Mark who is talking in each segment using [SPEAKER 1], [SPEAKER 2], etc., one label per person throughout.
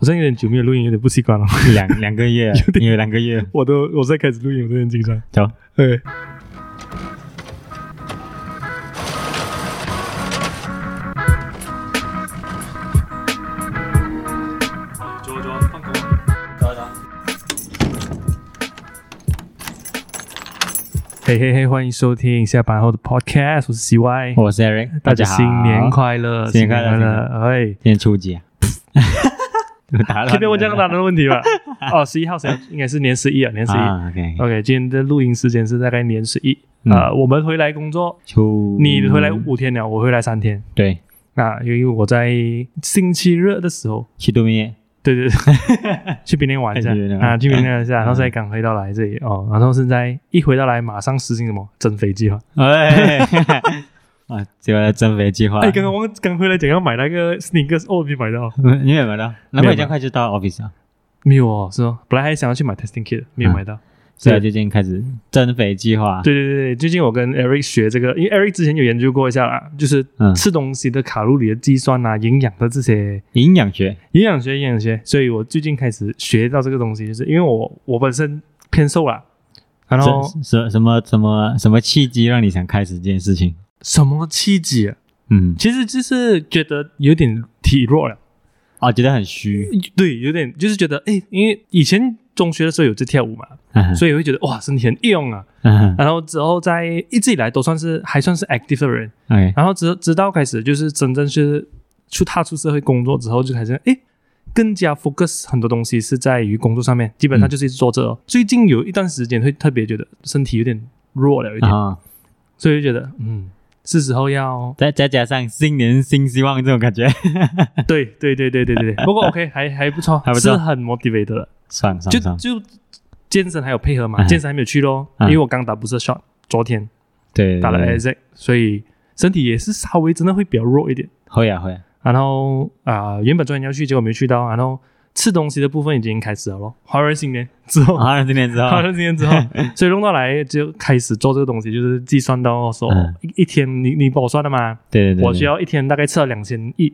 [SPEAKER 1] 好像有点久没有录音，有点不习惯了。
[SPEAKER 2] 两两个月，有两个月。
[SPEAKER 1] 我都我在开始录音，我都很紧张。
[SPEAKER 2] 走，
[SPEAKER 1] 对，
[SPEAKER 3] 走走，放工，走走。
[SPEAKER 1] 嘿嘿嘿，欢迎收听下班后的 Podcast，我是 CY，
[SPEAKER 2] 我是 Eric，
[SPEAKER 1] 哦大
[SPEAKER 2] 家
[SPEAKER 1] 家
[SPEAKER 2] 好，
[SPEAKER 1] 新年！快乐，
[SPEAKER 2] 新年快乐
[SPEAKER 1] 新年快乐！哎，
[SPEAKER 2] 今天初几啊？打
[SPEAKER 1] 今天我 讲大的问题 吧。哦，十一号谁？应该是年十一啊，年十一。
[SPEAKER 2] 啊，OK，
[SPEAKER 1] OK，今天的录音时间是大概年十一。
[SPEAKER 2] 嗯
[SPEAKER 1] 呃，我们回来工作，
[SPEAKER 2] 初
[SPEAKER 1] 你回来五天了，我回来三天。
[SPEAKER 2] 对，
[SPEAKER 1] 那因为我在星期日的时候，
[SPEAKER 2] 去对面
[SPEAKER 1] 对 对对，去槟城玩一下
[SPEAKER 2] 去槟城玩嗯
[SPEAKER 1] 啊，去槟城玩一下，然后现在赶回到来这里哦，然后现在一回到来马上实行什么增肥计划？
[SPEAKER 2] 哎， 啊，这个增肥计划，
[SPEAKER 1] 哎，刚刚忘刚回来讲要买那个 sneakers，哦，没买到，
[SPEAKER 2] 嗯你有买到？难
[SPEAKER 1] 没
[SPEAKER 2] 怪
[SPEAKER 1] 有买
[SPEAKER 2] 这样快就到 office 了，
[SPEAKER 1] 没有
[SPEAKER 2] 啊
[SPEAKER 1] 哦，是哦，本来还想要去买 testing kit，的没有买到。
[SPEAKER 2] 所以最近开始增肥计划，
[SPEAKER 1] 对对对对，最近我跟 Eric 学这个，因为 Eric 之前有研究过一下啦，就是
[SPEAKER 2] 嗯
[SPEAKER 1] 吃东西的卡路里的计算啊，营养的这些
[SPEAKER 2] 营养学，
[SPEAKER 1] 营养学、营养学，所以我最近开始学到这个东西，就是因为我我本身偏瘦啦，然后
[SPEAKER 2] 什什什么什么什么契机让你想开始这件事情？
[SPEAKER 1] 什么契机、啊？
[SPEAKER 2] 嗯，
[SPEAKER 1] 其实就是觉得有点体弱了，
[SPEAKER 2] 哦，觉得很虚，
[SPEAKER 1] 对，有点就是觉得哎，诶因为以前中学的时候有在跳舞嘛，
[SPEAKER 2] 嗯
[SPEAKER 1] 所以会觉得哇身体很硬啊，
[SPEAKER 2] 嗯
[SPEAKER 1] 然后之后在一直以来都算是还算是 active 的人，
[SPEAKER 2] ，OK，
[SPEAKER 1] 然后直直到开始就是真正是去踏出社会工作之后，就开始哎更加 focus 很多东西是在于工作上面，基本上就是一直做这哦、最近有一段时间会特别觉得身体有点弱了一点，
[SPEAKER 2] 然后
[SPEAKER 1] 所以就觉得嗯是时候要
[SPEAKER 2] 再再加上新年新希望这种 感觉，
[SPEAKER 1] 对对对对对对，对，不过 OK 还还不错，
[SPEAKER 2] 还不错
[SPEAKER 1] 是很 motivated 的，
[SPEAKER 2] 爽
[SPEAKER 1] 就
[SPEAKER 2] 爽爽，
[SPEAKER 1] 就健身还有配合嘛，
[SPEAKER 2] 嗯
[SPEAKER 1] 健身还没有去咯，
[SPEAKER 2] 嗯
[SPEAKER 1] 因为我刚打不是 shot，昨天
[SPEAKER 2] 对，
[SPEAKER 1] 打了
[SPEAKER 2] 对
[SPEAKER 1] a z 所以身体也是稍微真的会比较弱一点。
[SPEAKER 2] 会啊会啊，
[SPEAKER 1] 然后啊、原本昨天要去，结果没去到，然后吃东西的部分已经开始了咯，华人新年之 后。
[SPEAKER 2] 好像今年之后，啊
[SPEAKER 1] 华人新年之 后，所以弄到来就开始做这个东西，就是计算到说、哦
[SPEAKER 2] 嗯
[SPEAKER 1] 一一天，你你帮我算的嘛，
[SPEAKER 2] 对对对，
[SPEAKER 1] 我需
[SPEAKER 2] 对
[SPEAKER 1] 要一天大概吃了两千一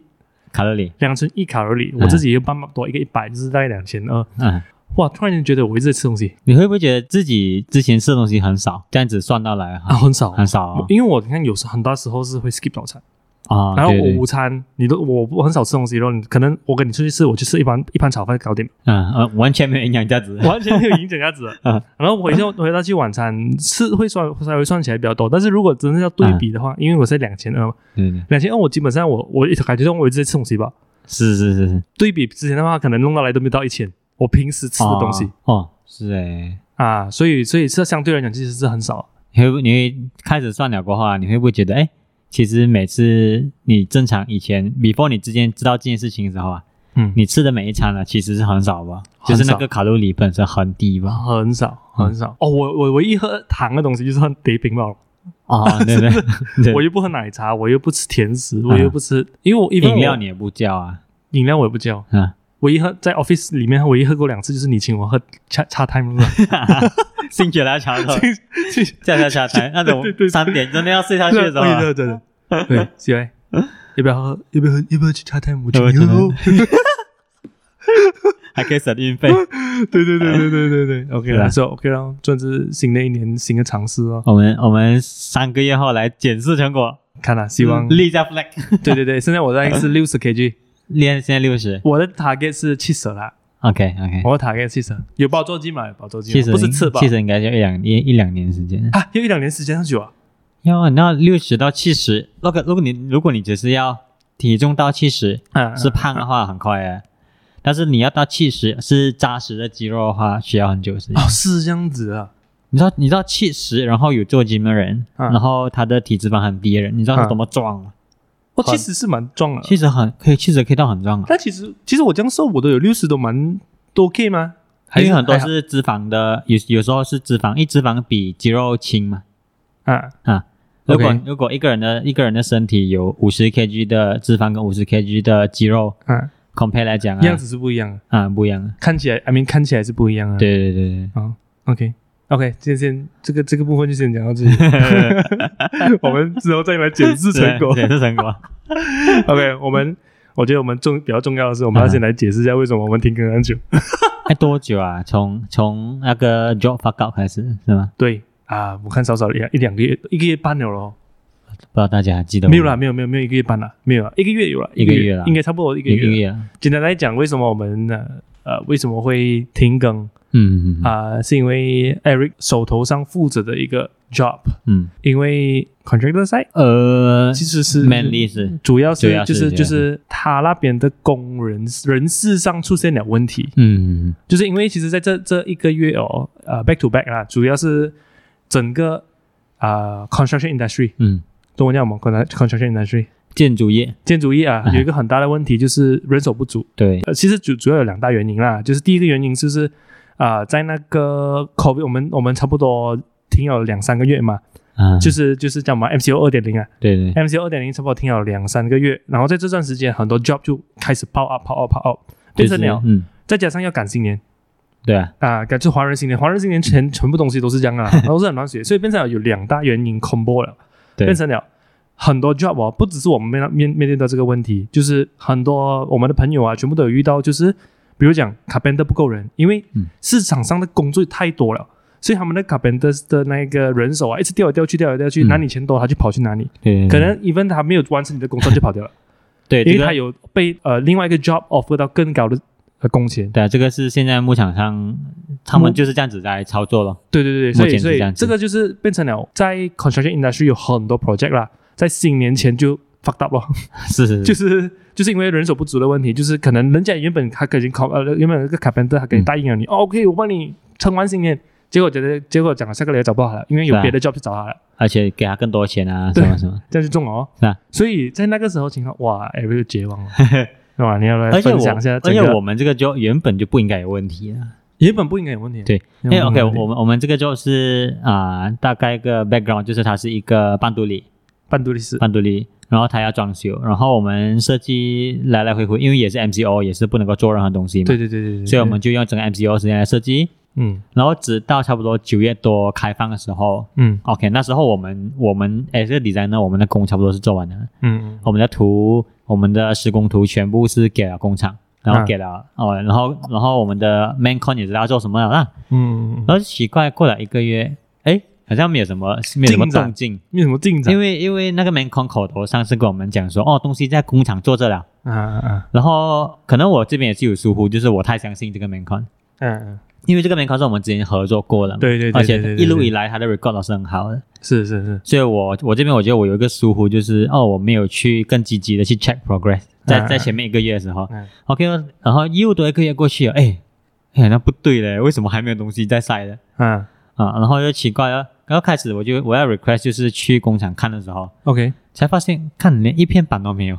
[SPEAKER 2] 卡路里，
[SPEAKER 1] 两千一卡路里，我自己又半多一个一百，就是大概两千二。
[SPEAKER 2] 嗯，
[SPEAKER 1] 哇，突然间觉得我一直在吃东西
[SPEAKER 2] 你会不会觉得自己之前吃的东西很少，这样子算到来
[SPEAKER 1] 啊，
[SPEAKER 2] 很
[SPEAKER 1] 很少，
[SPEAKER 2] 很少哦
[SPEAKER 1] 因为我你看有时很大时候是会 skip 早餐，
[SPEAKER 2] 啊？
[SPEAKER 1] 然后
[SPEAKER 2] 对对
[SPEAKER 1] 我午餐你都我我很少吃东西，然后你可能我跟你出去吃，我就吃一盘一盘炒饭搞定，
[SPEAKER 2] 嗯呃完全没有营养价 值，
[SPEAKER 1] 完全没有营养价值。
[SPEAKER 2] 嗯
[SPEAKER 1] 然后回到回到去晚餐吃会算稍微算起来比较多，但是如果真的要对比的
[SPEAKER 2] 嗯
[SPEAKER 1] 话，因为我是两千二，
[SPEAKER 2] 对对，对
[SPEAKER 1] 两千二我基本上我我感觉到我一直在吃东西吧，
[SPEAKER 2] 是是是是
[SPEAKER 1] 对比之前的话，可能弄到来都没有到一千，我平时吃的东西
[SPEAKER 2] 哦哦是哎。
[SPEAKER 1] 啊，所以所以这相对来讲其实是很少。
[SPEAKER 2] 你会不你会开始算了过后啊，你会不会觉得，哎，其实每次你正常以前 before 你之前知道这件事情的时候啊，
[SPEAKER 1] 嗯，
[SPEAKER 2] 你吃的每一餐呢、其实是很少吧，
[SPEAKER 1] 很
[SPEAKER 2] 就是那
[SPEAKER 1] 少
[SPEAKER 2] 个卡路里本身很低吧。
[SPEAKER 1] 很少很少、哦，我我唯一喝糖的东西就是喝叠冰棒，
[SPEAKER 2] 哦，对对对， 啊
[SPEAKER 1] 我又不喝奶茶，我又不吃甜食，我又不吃，因为我一般
[SPEAKER 2] 饮
[SPEAKER 1] 我
[SPEAKER 2] 料你也不叫啊，
[SPEAKER 1] 饮料我也不叫，
[SPEAKER 2] 嗯，
[SPEAKER 1] 唯一喝在 office 里面唯一喝过两次就是你请我喝茶茶 time 了，
[SPEAKER 2] 心血来潮的时候叫叫下台，那 种
[SPEAKER 1] 对对对
[SPEAKER 2] 三点真的要 睡下去
[SPEAKER 1] 对
[SPEAKER 2] 的时候啊，
[SPEAKER 1] 对对对，对，喜来要不要喝？要不要喝？要不要去茶 time？我请
[SPEAKER 2] 对
[SPEAKER 1] 你喝
[SPEAKER 2] 我。还可以省运费。
[SPEAKER 1] 对对对对对对对，OK
[SPEAKER 2] 是啊
[SPEAKER 1] 了，是 OK 了，算是新的一年新的尝试哦。
[SPEAKER 2] 我们我们三个月后来检视成果，
[SPEAKER 1] 看了，希望
[SPEAKER 2] 立下 flag，
[SPEAKER 1] 对对对，现在我大概是六十 kg，
[SPEAKER 2] 练现在六十
[SPEAKER 1] 我的 target 是七十啦。
[SPEAKER 2] ，OK OK，
[SPEAKER 1] 我要塔给汽车，有包坐机嘛？有包坐机
[SPEAKER 2] 其
[SPEAKER 1] 吗，
[SPEAKER 2] 实
[SPEAKER 1] 哦不是吃吧？
[SPEAKER 2] 其实应该就一两一一两年时间。
[SPEAKER 1] 啊，要一两年时间上去啊。
[SPEAKER 2] 要那六十到七十，那个如果你如果你只是要体重到七十
[SPEAKER 1] 啊
[SPEAKER 2] 是胖的话很快啊，但是你要到七十是扎实的肌肉的话，需要很久时间。
[SPEAKER 1] 哦，是这样子啊。
[SPEAKER 2] 你知道你知道七十然后有做 gym 的人，
[SPEAKER 1] 嗯
[SPEAKER 2] 然后他的体脂肪很低的人，你知道他多么壮吗？
[SPEAKER 1] 我
[SPEAKER 2] 很
[SPEAKER 1] 哦其实是蛮壮的，
[SPEAKER 2] 七十很可以，七十可以到很壮啊，
[SPEAKER 1] 但其实其实我这样瘦，我都有六十都蛮都 OK 吗？还
[SPEAKER 2] 因
[SPEAKER 1] 是
[SPEAKER 2] 为很多
[SPEAKER 1] 还好
[SPEAKER 2] 是脂肪的，有有时候是脂肪，因为脂肪比肌肉轻嘛。
[SPEAKER 1] 啊，
[SPEAKER 2] 如果
[SPEAKER 1] OK
[SPEAKER 2] 如果一个人的一个人的身体有五十 kg 的脂肪跟五十 kg 的肌肉
[SPEAKER 1] 嗯
[SPEAKER 2] ，compare 来讲
[SPEAKER 1] 样
[SPEAKER 2] 啊，
[SPEAKER 1] 子是不一样的，
[SPEAKER 2] 啊不一样啊。
[SPEAKER 1] 看起来，I mean 看起来是不一样啊。
[SPEAKER 2] 对对对对。
[SPEAKER 1] 啊，OK OK，这先这个这个部分就先讲到这里， 我们之后再来检视成果。
[SPEAKER 2] 对检视成果。
[SPEAKER 1] OK，我们我觉得我们重比较重要的是，我们要先来解释一下为什么我们停更很久。
[SPEAKER 2] 哎，多久啊？从从那个 job fuck up 开始是吗？
[SPEAKER 1] 对啊，我看少少一一两个月，一个月半了咯。
[SPEAKER 2] 不知道大家还记得吗
[SPEAKER 1] 没有啦，没有没有没有一个月半啦，没有啦，一个月有啦，
[SPEAKER 2] 一个月啦
[SPEAKER 1] 应该差不多一个
[SPEAKER 2] 一个
[SPEAKER 1] 月。
[SPEAKER 2] 月啊。
[SPEAKER 1] 简单来讲，为什么我们呃呃为什么会停更
[SPEAKER 2] 嗯嗯嗯
[SPEAKER 1] 啊、是因为 Eric 手头上负责的一个 job，
[SPEAKER 2] 嗯，
[SPEAKER 1] 因为 contractor side
[SPEAKER 2] 呃
[SPEAKER 1] 其实是
[SPEAKER 2] ，mainly 是
[SPEAKER 1] 主要
[SPEAKER 2] 主
[SPEAKER 1] 是
[SPEAKER 2] 要
[SPEAKER 1] 就是是
[SPEAKER 2] 这样
[SPEAKER 1] 就是他那边的工人人事上出现了问题，
[SPEAKER 2] 嗯嗯
[SPEAKER 1] 就是因为其实在这这一个月哦，呃，back to back 啦，主要是整个啊、呃 construction industry，
[SPEAKER 2] 嗯，
[SPEAKER 1] 中文叫什么？constru-？construction industry
[SPEAKER 2] 建筑业
[SPEAKER 1] 建筑业啊，
[SPEAKER 2] 哎
[SPEAKER 1] 有一个很大的问题就是人手不足。
[SPEAKER 2] 对，
[SPEAKER 1] 呃，其实主主要有两大原因啦，就是第一个原因就是啊、在那个 COVID，我们我们差不多停了两三个月嘛，
[SPEAKER 2] 啊，
[SPEAKER 1] 就是就是叫什么 MCO 二点零啊，
[SPEAKER 2] 对对，
[SPEAKER 1] MCO 二点零差不多停了两三个月，然后在这段时间，很多 job 就开始 pop up、pop up、pop up，变
[SPEAKER 2] 就是
[SPEAKER 1] 成了，
[SPEAKER 2] 嗯，
[SPEAKER 1] 再加上要赶新年
[SPEAKER 2] 对啊，
[SPEAKER 1] 啊，赶就华人新年，华人新年
[SPEAKER 2] 嗯
[SPEAKER 1] 全全部东西都是这 样啊，都是很乱写，所以变成了有两大原因 combo 了，
[SPEAKER 2] 对
[SPEAKER 1] 变成了很多 job 哦，不只是我们面到面面对到这个问题，就是很多我们的朋友啊，全部都有遇到，就是比如讲卡 a 的不够人，因为
[SPEAKER 2] 嗯
[SPEAKER 1] 市场上的工作太多了。所以他们的卡 a 的的那个人手啊，一直调来调去，调来调去，
[SPEAKER 2] 嗯
[SPEAKER 1] 哪里钱多他就跑去哪里，
[SPEAKER 2] 对，对
[SPEAKER 1] 可能 even 他没有完成你的工作就跑掉了。
[SPEAKER 2] 嗯对，
[SPEAKER 1] 因
[SPEAKER 2] 这
[SPEAKER 1] 为
[SPEAKER 2] 个
[SPEAKER 1] 他有被呃另外一个 job offer 到更高的呃工钱。
[SPEAKER 2] 对啊，这个是现在牧场上他们
[SPEAKER 1] 牧
[SPEAKER 2] 就是这样子在操作咯。
[SPEAKER 1] 对对对，所
[SPEAKER 2] 目
[SPEAKER 1] 以
[SPEAKER 2] 前是
[SPEAKER 1] 所以
[SPEAKER 2] 这样子
[SPEAKER 1] 这个就是变成了在 construction industry 有很多 project 啦，在新年前就 fucked up 了，
[SPEAKER 2] 是 是，
[SPEAKER 1] 就是是就是因为人手不足的问题，就是可能人家原本他已经 c 呃原本有一个 carpenter 他给你
[SPEAKER 2] 嗯
[SPEAKER 1] 答应了你、哦、，OK 我帮你撑完新年，结果觉得结果讲下个礼拜找不到他了，因为有
[SPEAKER 2] 是啊
[SPEAKER 1] 别的 job 去找他了，
[SPEAKER 2] 而且给他更多钱啊，什
[SPEAKER 1] 对
[SPEAKER 2] 么什么。
[SPEAKER 1] 这样就中了哦。
[SPEAKER 2] 是啊
[SPEAKER 1] 所以在那个时候情况，哇，Eric 就绝 望了，对吧？你要来
[SPEAKER 2] 而且
[SPEAKER 1] 分
[SPEAKER 2] 我
[SPEAKER 1] 享一下，
[SPEAKER 2] 而且我们这个就原本就不应该有问题啊。
[SPEAKER 1] 原本不应该有问题，
[SPEAKER 2] 对，
[SPEAKER 1] 原
[SPEAKER 2] 哎
[SPEAKER 1] 本不应该
[SPEAKER 2] ，OK，
[SPEAKER 1] 有问题
[SPEAKER 2] 我们我们这个就是啊、大概一个 background 就是它是一个半独立
[SPEAKER 1] 半独立是
[SPEAKER 2] 半独立，然后它要装修，然后我们设计来来回回，因为也是 MCO，也是不能够做任何东西嘛，
[SPEAKER 1] 对对对对对，
[SPEAKER 2] 所以我们就用整个 MCO 时间来设计，
[SPEAKER 1] 嗯
[SPEAKER 2] 然后直到差不多九月多开放的时候。
[SPEAKER 1] 嗯
[SPEAKER 2] OK，那时候我们我们哎，这个 designer 我们的工差不多是做完了，
[SPEAKER 1] 嗯
[SPEAKER 2] 我们的图、我们的施工图全部是给了工厂，然后
[SPEAKER 1] 嗯
[SPEAKER 2] 给了、哦，然后然后我们的 main con 也知道做什么了啦。
[SPEAKER 1] 嗯，
[SPEAKER 2] 然后奇怪，过了一个月，哎，好像没有什么没有什么
[SPEAKER 1] 进展
[SPEAKER 2] 动静，
[SPEAKER 1] 没有什么进展
[SPEAKER 2] 因为因为那个 main con 口头上次跟我们讲说，哦，东西在工厂做着了。
[SPEAKER 1] 啊啊
[SPEAKER 2] 然后可能我这边也是有疏忽，就是我太相信这个 main con，
[SPEAKER 1] 嗯，
[SPEAKER 2] 因为这个 main con 是我们之前合作过了，，
[SPEAKER 1] 对对对，
[SPEAKER 2] 而且
[SPEAKER 1] 对
[SPEAKER 2] 一路以来他的 record 都是很好的。
[SPEAKER 1] 是是是，
[SPEAKER 2] 所以我我这边我觉得我有一个疏忽，就是哦，我没有去更积极的去 check progress，在
[SPEAKER 1] 嗯
[SPEAKER 2] 在前面一个月的时候、
[SPEAKER 1] 嗯
[SPEAKER 2] o k 然后又多一个月过去了，哎，哎，那不对嘞，为什么还没有东西在晒呢？
[SPEAKER 1] 嗯
[SPEAKER 2] 啊，然后就奇怪了，然后开始我就我要 request 就是去工厂看的时候，
[SPEAKER 1] ，OK，
[SPEAKER 2] 才发现看连一片板都没有，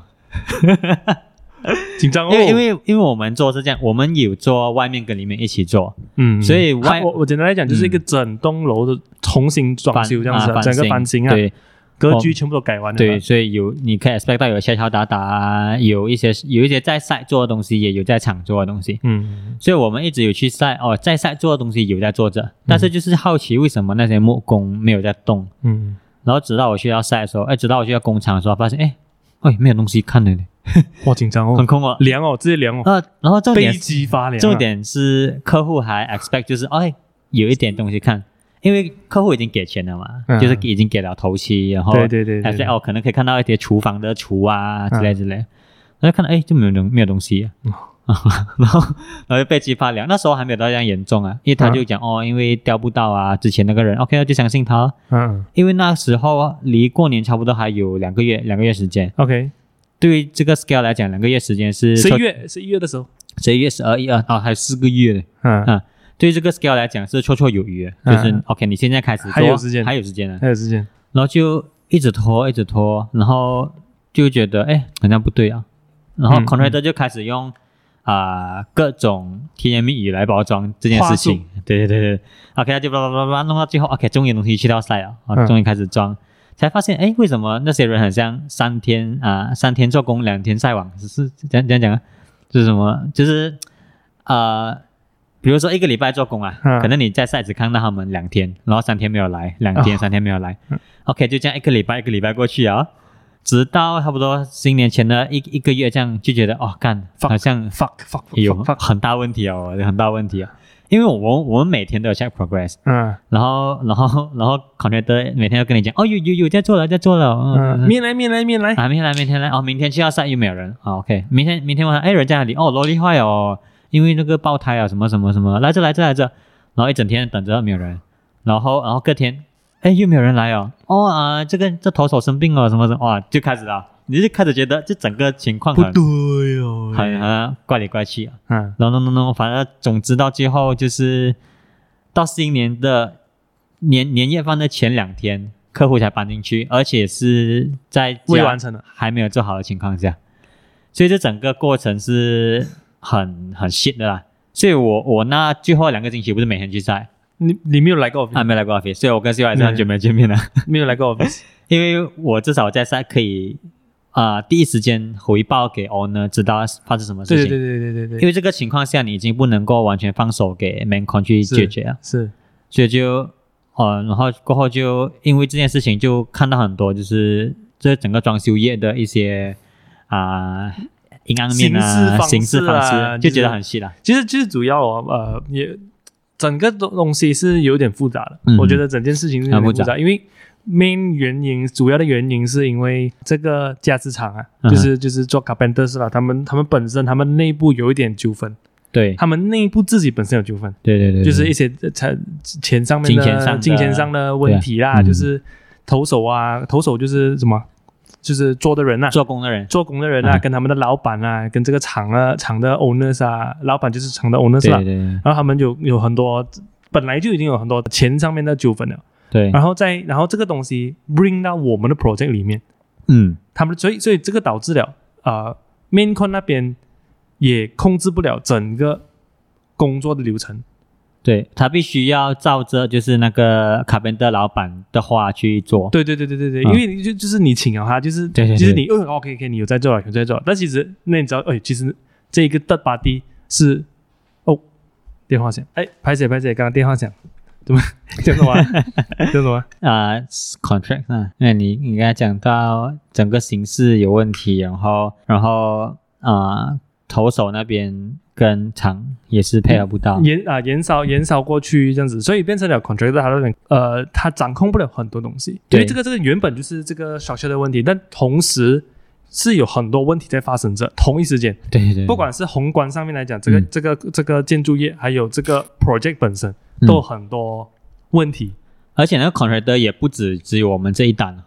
[SPEAKER 1] 紧张哦，
[SPEAKER 2] 因为因为因为我们做是这样，我们有做外面跟里面一起做，
[SPEAKER 1] 嗯，
[SPEAKER 2] 所以
[SPEAKER 1] 它
[SPEAKER 2] 外
[SPEAKER 1] 我我简单来讲，就是一个整栋楼的重新装
[SPEAKER 2] 翻
[SPEAKER 1] 修这样子
[SPEAKER 2] 啊
[SPEAKER 1] 啊，整个翻新啊，
[SPEAKER 2] 对
[SPEAKER 1] 格局全部都改完了，
[SPEAKER 2] 对，，所以有你可以 expect 到有敲敲打打，有一些有一些在赛做的东西，也有在厂做的东西。
[SPEAKER 1] 嗯
[SPEAKER 2] 所以我们一直有去晒哦，在晒做的东西有在做着，但是就是好奇为什么那些木工没有在动。
[SPEAKER 1] 嗯，
[SPEAKER 2] 然后直到我去到晒的时候，哎，直到我去到工厂的时候，发现哎，哎没有东西看的嘞，
[SPEAKER 1] 哇，紧张
[SPEAKER 2] 很
[SPEAKER 1] 哦，
[SPEAKER 2] 空哦。
[SPEAKER 1] 凉哦，直接凉哦，
[SPEAKER 2] 啊，然后重
[SPEAKER 1] 背
[SPEAKER 2] 点
[SPEAKER 1] 脊发凉，啊
[SPEAKER 2] 重，点是客户还 expect 就是哎有一点东西看，因为客户已经给钱了嘛，
[SPEAKER 1] 嗯
[SPEAKER 2] 就是已经给了头期，然后
[SPEAKER 1] 对对对
[SPEAKER 2] 还是
[SPEAKER 1] 对，
[SPEAKER 2] 哦，可能可以看到一些厨房的厨啊
[SPEAKER 1] 嗯
[SPEAKER 2] 之类之类。然后看到哎，就没有东没有东西、
[SPEAKER 1] 嗯
[SPEAKER 2] 然后然后就被激发凉。那时候还没有到这样严重啊，因为他就讲、哦，因为调不到啊，之前那个人 OK，就相信他，
[SPEAKER 1] 嗯
[SPEAKER 2] 因为那时候离过年差不多还有两个月，两个月时间。
[SPEAKER 1] ，OK，
[SPEAKER 2] 对于这个 scale 来讲，两个月时间是
[SPEAKER 1] 十一月十一月的时候，
[SPEAKER 2] 十一月、十二、一二啊，还有四个月呢。
[SPEAKER 1] 嗯
[SPEAKER 2] 啊对于这个 scale 来讲是绰绰有余的，
[SPEAKER 1] 嗯
[SPEAKER 2] 就是、OK，你现在开始做
[SPEAKER 1] 还有时间
[SPEAKER 2] 还有时间呢。啊
[SPEAKER 1] 还有时间，
[SPEAKER 2] 然后就一直拖，一直拖，然后就觉得哎，好像不对啊。然后
[SPEAKER 1] 嗯
[SPEAKER 2] contractor 就开始用啊、各种 TME 语来包装这件事情。对对对对，OK，他就叭叭叭叭弄到最后，OK，终于东西去到赛了，啊，
[SPEAKER 1] 嗯
[SPEAKER 2] 终于开始装，才发现哎，为什么那些人很像三天啊、三天做工，两天晒网，是是这样这样讲啊？就是什么？就是呃。比如说一个礼拜做工啊，
[SPEAKER 1] 嗯
[SPEAKER 2] 可能你在赛只看到他们两天，然后三天没有来，两天、
[SPEAKER 1] 哦
[SPEAKER 2] 三天没有来，OK，就这样一个礼拜一个礼拜过去啊，直到差不多新年前的一一个月这样，就觉得哦，干
[SPEAKER 1] Fuck
[SPEAKER 2] 好像
[SPEAKER 1] fuck fuck
[SPEAKER 2] 有
[SPEAKER 1] fuck fuck，
[SPEAKER 2] 很大问题哦，很大问题啊！因为我们我们每天都有 check progress，
[SPEAKER 1] 嗯
[SPEAKER 2] 然后然后然后 contractor 每天要跟你讲哦，有有有在做了在做了，嗯，
[SPEAKER 1] 嗯，面来面来面来，
[SPEAKER 2] 啊，明天来，明天来哦，明天去到赛又没有人啊、OK，明天明天晚上哎，人家那里哦，萝莉坏哦，因为那个爆胎啊，什么什么什么，来这来这来这，然后一整天等着没有人，然后然后隔天哎又没有人来哦，哦啊、这个这投手生病了什么什么哇，就开始了，你就开始觉得这整个情况
[SPEAKER 1] 不
[SPEAKER 2] 很
[SPEAKER 1] 对哦，
[SPEAKER 2] 很很怪里怪气啊，
[SPEAKER 1] 嗯
[SPEAKER 2] 然后 no no no，反正总之到最后就是到新年的年年夜饭的前两天，客户才搬进去，而且是在家
[SPEAKER 1] 未完成的，
[SPEAKER 2] 还没有做好的情况下，所以这整个过程是很很 shit 的啦。所以我我那最后两个星期不是每天去晒，
[SPEAKER 1] 你你没有来过
[SPEAKER 2] 还
[SPEAKER 1] office，
[SPEAKER 2] 没来过 office，所以我跟 C
[SPEAKER 1] 嗯
[SPEAKER 2] Y 是很久没有见面了，
[SPEAKER 1] 没有来
[SPEAKER 2] 哦
[SPEAKER 1] 过 office，
[SPEAKER 2] 因为我至少在晒可以啊、呃第一时间回报给 owner 知道发生什么事
[SPEAKER 1] 对
[SPEAKER 2] 情。
[SPEAKER 1] 对对对对对
[SPEAKER 2] 因
[SPEAKER 1] 对，
[SPEAKER 2] 为这个情况下，你已经不能够完全放手给 Mancon 去
[SPEAKER 1] 是
[SPEAKER 2] 解决啊了，
[SPEAKER 1] 是
[SPEAKER 2] 所以就，呃，然后过后就哦因为这件事情，就看到很多就是这整个装修业的一些啊、阴暗面啊、
[SPEAKER 1] 行
[SPEAKER 2] 行
[SPEAKER 1] 事
[SPEAKER 2] 事
[SPEAKER 1] 方式啊
[SPEAKER 2] 方式，就觉
[SPEAKER 1] 就
[SPEAKER 2] 得
[SPEAKER 1] 是
[SPEAKER 2] 很细了。
[SPEAKER 1] 其实其实主要哦，呃，也整个东东西是有点复杂的。
[SPEAKER 2] 嗯啊
[SPEAKER 1] 我觉得整件事情是有点
[SPEAKER 2] 很
[SPEAKER 1] 复
[SPEAKER 2] 复
[SPEAKER 1] 杂，
[SPEAKER 2] 杂
[SPEAKER 1] 因为 main 原因主要的原因是因为这个家私厂啊，
[SPEAKER 2] 嗯哼
[SPEAKER 1] 就是就是做 carpenter 是吧？他们他们本身他们内部有一点纠纷，
[SPEAKER 2] 对，
[SPEAKER 1] 他们内部自己本身有纠纷，
[SPEAKER 2] 对对对，
[SPEAKER 1] 就是一些呃财钱上面的
[SPEAKER 2] 金钱上的
[SPEAKER 1] 金钱上的问题啦，
[SPEAKER 2] 对啊嗯
[SPEAKER 1] 就是投手啊，投手就是什么，就是做的人呐、啊
[SPEAKER 2] 做工的人，
[SPEAKER 1] 做工的人啊，
[SPEAKER 2] 嗯
[SPEAKER 1] 跟他们的老板啊，跟这个厂啊厂的 owners 啊，老板就是厂的 owners
[SPEAKER 2] 对
[SPEAKER 1] 啦
[SPEAKER 2] 对，对
[SPEAKER 1] 然后他们有有很多本来就已经有很多钱上面的纠纷了，
[SPEAKER 2] 对，
[SPEAKER 1] 然后再然后这个东西 bring 到我们的 project 里面，
[SPEAKER 2] 嗯，
[SPEAKER 1] 他们所以所以这个导致了呃 maincon 那边也控制不了整个工作的流程，
[SPEAKER 2] 对他必须要照着就是那个卡宾的老板的话去做。
[SPEAKER 1] 对对对对对对，因
[SPEAKER 2] 嗯
[SPEAKER 1] 为你就就是你请了他，就是
[SPEAKER 2] 对对对
[SPEAKER 1] 就是你哦 OK OK 你有在做了有在做啊了，但其实那你知道哎，其实这一个 third party 是哦电话响，哎拍姐拍姐刚刚电话响，怎么讲什么啊？讲什么啊？
[SPEAKER 2] 啊、c o n t r a c t 啊，那你你刚才讲到整个形式有问题，然后然后啊、投手那边跟厂也是配合不到，
[SPEAKER 1] 延啊延烧延烧过去这样子，所以变成了 contractor 他那边呃他掌控不了很多东西，因
[SPEAKER 2] 对
[SPEAKER 1] 为这个这个原本就是这个小小的问题，但同时是有很多问题在发生着，同一时间，
[SPEAKER 2] 对对对，
[SPEAKER 1] 不管是宏观上面来讲，这个、
[SPEAKER 2] 嗯
[SPEAKER 1] 这个这个建筑业还有这个 project 本身
[SPEAKER 2] 嗯
[SPEAKER 1] 都有很多问题，
[SPEAKER 2] 而且那个 contractor 也不止只有我们这一单，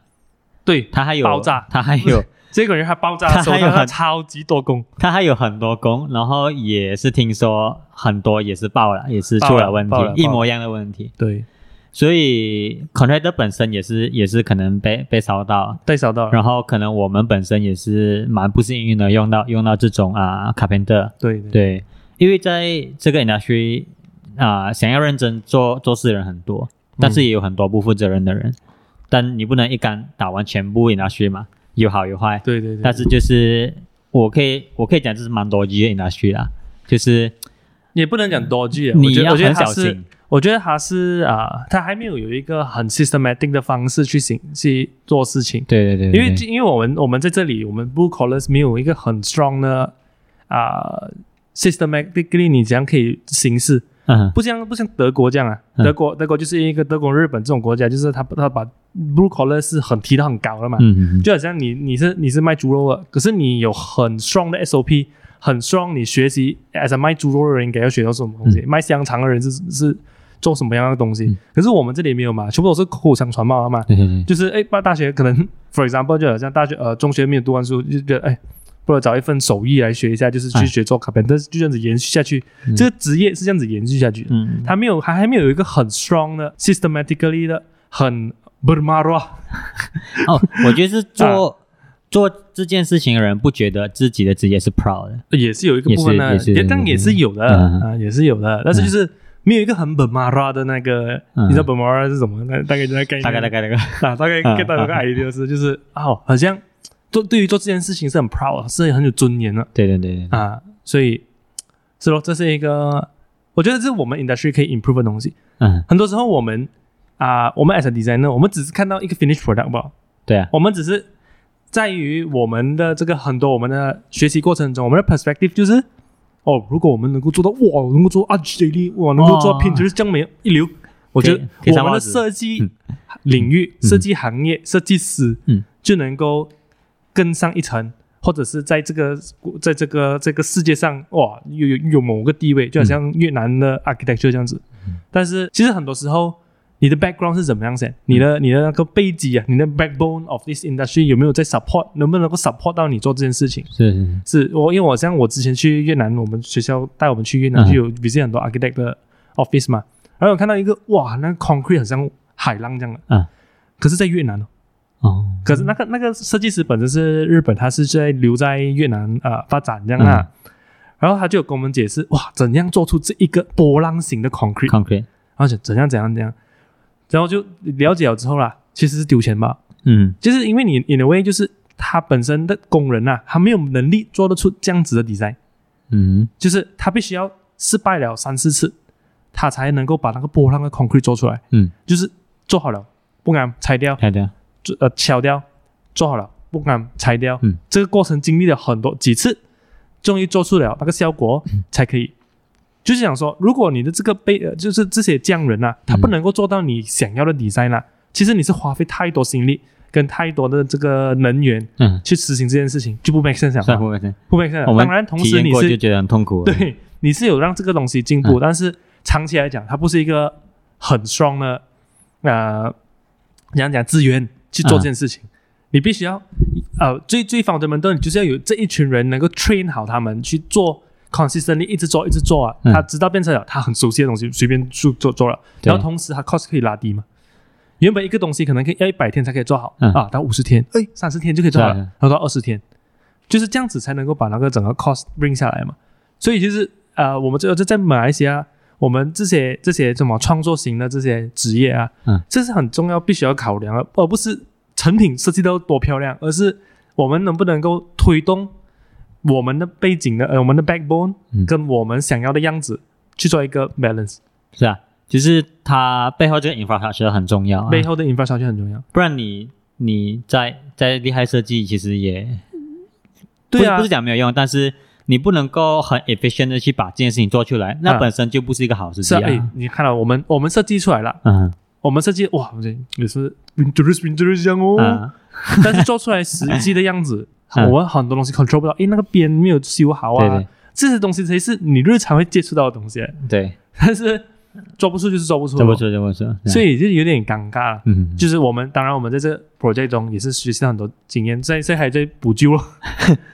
[SPEAKER 1] 对，
[SPEAKER 2] 他还有
[SPEAKER 1] 爆炸
[SPEAKER 2] 他还有
[SPEAKER 1] 这个人还爆炸的时候，
[SPEAKER 2] 他还有
[SPEAKER 1] 他
[SPEAKER 2] 很
[SPEAKER 1] 超级多工，
[SPEAKER 2] 他还有很多工，然后也是听说很多也是爆了，也是
[SPEAKER 1] 爆
[SPEAKER 2] 出
[SPEAKER 1] 了
[SPEAKER 2] 了问题
[SPEAKER 1] 爆了，
[SPEAKER 2] 一
[SPEAKER 1] 爆了
[SPEAKER 2] 模一样的问题，
[SPEAKER 1] 对，
[SPEAKER 2] 所以 contractor 本身也是也是可能被被烧到，
[SPEAKER 1] 太少到了，
[SPEAKER 2] 然后可能我们本身也是蛮不幸运的，用到用到这种啊 carpenter，
[SPEAKER 1] 对，
[SPEAKER 2] 对，因为在这个 industry 啊、想要认真做做事的人很多，但
[SPEAKER 1] 嗯
[SPEAKER 2] 是也有很多不负责任的人，但你不能一竿打完全部 industry 嘛，有好有坏，
[SPEAKER 1] 对对对，
[SPEAKER 2] 但是就是我可以我可以讲这是蛮多级的 industry 啦，就是
[SPEAKER 1] 也不能讲多句，我
[SPEAKER 2] 你
[SPEAKER 1] 觉得
[SPEAKER 2] 要
[SPEAKER 1] 我觉得
[SPEAKER 2] 很
[SPEAKER 1] 他
[SPEAKER 2] 小
[SPEAKER 1] 是
[SPEAKER 2] 心，
[SPEAKER 1] 我觉得他是啊，他还没有有一个很 systematic 的方式去行去做事情，
[SPEAKER 2] 对对对，
[SPEAKER 1] 因为
[SPEAKER 2] 对
[SPEAKER 1] 因为我们我们在这里，我们 blue collars 没有一个很 strong 的啊、systematically 你怎样可以行事，
[SPEAKER 2] 嗯
[SPEAKER 1] 不像不像德国这样啊，
[SPEAKER 2] 嗯
[SPEAKER 1] 德国德国就是一个德国日本这种国家，就是他他把 blue collar 是很提到很高的嘛，
[SPEAKER 2] 嗯嗯嗯
[SPEAKER 1] 就好像你你是你是卖猪肉的，可是你有很 strong 的 SOP，很 strong，你学习 as a 卖猪肉的人应该要学到什么东西，卖香肠的人是是做什么样的东西，
[SPEAKER 2] 嗯
[SPEAKER 1] 可是我们这里没有嘛，全部都是口口相传嘛，嘛，
[SPEAKER 2] 对对对，
[SPEAKER 1] 就是哎，把大学可能 for example 就好像大学呃中学没有读完书，就觉得哎，不如找一份手艺来学一下，就是去
[SPEAKER 2] 哎
[SPEAKER 1] 学做 carpenter，就这样子延续下去，
[SPEAKER 2] 嗯
[SPEAKER 1] 这个职业是这样子延续下去的。
[SPEAKER 2] 嗯，
[SPEAKER 1] 他没有，还还没有一个很 strong 的 systematically 的很 b e r m a r a
[SPEAKER 2] 哦，我觉得是
[SPEAKER 1] 啊
[SPEAKER 2] 做、做这件事情的人不觉得自己的职业是 proud 的，
[SPEAKER 1] 也是有一个部分呢
[SPEAKER 2] 也，是也是
[SPEAKER 1] 但也是有的
[SPEAKER 2] 嗯
[SPEAKER 1] 啊，也是有的，但是就是没有一个很 b e r m a r a 的那个，
[SPEAKER 2] 嗯
[SPEAKER 1] 你知道 b e r m a r a 是什么？那大概就在概念
[SPEAKER 2] 大概大概大 概，
[SPEAKER 1] 啊，大概 get 到有个
[SPEAKER 2] 嗯
[SPEAKER 1] idea 是就是哦，好像做对于做这件事情是很 proud，是很有尊严的。
[SPEAKER 2] 对对对对，
[SPEAKER 1] 啊，所以是咯，这是一个，我觉得这是我们 industry 可以 improve 的东西。
[SPEAKER 2] 嗯，
[SPEAKER 1] 很多时候我们啊、我们 as a designer，我们只是看到一个 finished product 吧，
[SPEAKER 2] 对啊，
[SPEAKER 1] 我们只是在于我们的这个很多我们的学习过程中，我们的 perspective 就是，哦，如果我们能够做到，哇，我能够做到啊 RGD，我能够做到
[SPEAKER 2] 哦
[SPEAKER 1] Pinterest 这样美一流，我觉得
[SPEAKER 2] 可以
[SPEAKER 1] 我
[SPEAKER 2] 上
[SPEAKER 1] 们
[SPEAKER 2] 报
[SPEAKER 1] 的
[SPEAKER 2] 纸
[SPEAKER 1] 设计领域、设计行业、设计师，
[SPEAKER 2] 嗯，
[SPEAKER 1] 就能够跟上一层，或者是在这个在这个这个世界上，哇，有有有某个地位，就好像越南的 architecture 这样子。但是其实很多时候，你的 background 是怎么样先，你的你的那个背脊啊，你的 backbone of this industry 有没有在 support，能不能够 support 到你做这件事情？
[SPEAKER 2] 是是
[SPEAKER 1] 是我因为我像我之前去越南，我们学校带我们去越南
[SPEAKER 2] 嗯
[SPEAKER 1] 就有 visit 很多 architect 的 office 嘛，然后我看到一个哇，那个 concrete 很像海浪这样的，
[SPEAKER 2] 嗯，
[SPEAKER 1] 可是在越南哦，
[SPEAKER 2] 哦，
[SPEAKER 1] 可是那个那个设计师本身是日本，他是在留在越南呃发展这样啊。
[SPEAKER 2] 嗯
[SPEAKER 1] 然后他就有跟我们解释，哇，怎样做出这一个波浪形的 concrete，
[SPEAKER 2] concrete，
[SPEAKER 1] 而且怎样怎样怎样，然后就了解了之后啦，其实是丢钱吧，
[SPEAKER 2] 嗯
[SPEAKER 1] 就是因为你 in a way 就是他本身的工人呐、啊，他没有能力做得出这样子的 design，
[SPEAKER 2] 嗯
[SPEAKER 1] 就是他必须要失败了三四次，他才能够把那个波浪的 concrete 做出来，
[SPEAKER 2] 嗯，
[SPEAKER 1] 就是做好了，不敢拆掉，
[SPEAKER 2] 开掉，
[SPEAKER 1] 做呃敲掉，做好了，不敢拆掉。
[SPEAKER 2] 嗯，
[SPEAKER 1] 这个过程经历了很多几次，终于做出了那个效果，
[SPEAKER 2] 嗯
[SPEAKER 1] 才可以。就是想说，如果你的这个被呃，就是这些匠人啊，他不能够做到你想要的 design
[SPEAKER 2] 嗯
[SPEAKER 1] 啊，其实你是花费太多心力跟太多的这个能源
[SPEAKER 2] 嗯，
[SPEAKER 1] 去实行这件事情，就不 make sense 了
[SPEAKER 2] 算
[SPEAKER 1] 嘛，
[SPEAKER 2] 不卫生。
[SPEAKER 1] 不 make sense 了。
[SPEAKER 2] 啊我们
[SPEAKER 1] 啊当然，同
[SPEAKER 2] 体
[SPEAKER 1] 时
[SPEAKER 2] 验
[SPEAKER 1] 你
[SPEAKER 2] 过就是觉得很痛苦。，
[SPEAKER 1] 对你是有让这个东西进步，
[SPEAKER 2] 嗯
[SPEAKER 1] 但是长期来讲，它不是一个很 strong 的呃，怎样讲资源去做这件事情。
[SPEAKER 2] 嗯
[SPEAKER 1] 你必须要呃，最最 fundamental，你就是要有这一群人能够 train 好他们去做 consistently，一直做一直做啊，
[SPEAKER 2] 嗯
[SPEAKER 1] 他直到变成了他很熟悉的东西，随便做做做了，
[SPEAKER 2] 对
[SPEAKER 1] 然后同时他 cost 可以拉低嘛。原本一个东西可能可以要一百天才可以做好、
[SPEAKER 2] 嗯
[SPEAKER 1] 啊，到五十天，哎，三十天就可以做好了，
[SPEAKER 2] 是啊
[SPEAKER 1] 然后到二十天，就是这样子才能够把那个整个 cost bring 下来嘛。所以就是呃，我们这这在马来西亚，我们这些这些什么创作型的这些职业啊，
[SPEAKER 2] 嗯，
[SPEAKER 1] 这是很重要，必须要考量的，啊而不是成品设计到多漂亮，而是我们能不能够推动我们的背景的呃我们的 backbone
[SPEAKER 2] 嗯
[SPEAKER 1] 跟我们想要的样子去做一个 balance，、
[SPEAKER 2] 是啊，就是它背后这个 infrastructure 很重要啊，
[SPEAKER 1] 背后的 infrastructure 很重要。
[SPEAKER 2] 不然你你再再厉害设计，其实也
[SPEAKER 1] 对啊
[SPEAKER 2] 不是不是讲没有用，但是你不能够很 efficient 的去把这件事情做出来，
[SPEAKER 1] 啊
[SPEAKER 2] 那本身就不是一个好事
[SPEAKER 1] 是
[SPEAKER 2] 情
[SPEAKER 1] 啊，哎，你看到我们我们设计出来了，
[SPEAKER 2] 嗯
[SPEAKER 1] 我们设计哇，我觉得也是 Windows Windows 这样哦，
[SPEAKER 2] 嗯
[SPEAKER 1] 但是做出来实际的样子，
[SPEAKER 2] 嗯
[SPEAKER 1] 我们很多东西 control 不到，诶，那个边没有修好啊，
[SPEAKER 2] 对对
[SPEAKER 1] 这些东西才是你日常会接触到的东西，
[SPEAKER 2] 对，
[SPEAKER 1] 但是做不出就是做不出，
[SPEAKER 2] 这么，说这么说，
[SPEAKER 1] 哦所
[SPEAKER 2] 以
[SPEAKER 1] 以就有点尴尬了。
[SPEAKER 2] 嗯
[SPEAKER 1] 就是我们，当然我们在这个 project 中也是学习到很多经验，在在还在补救咯，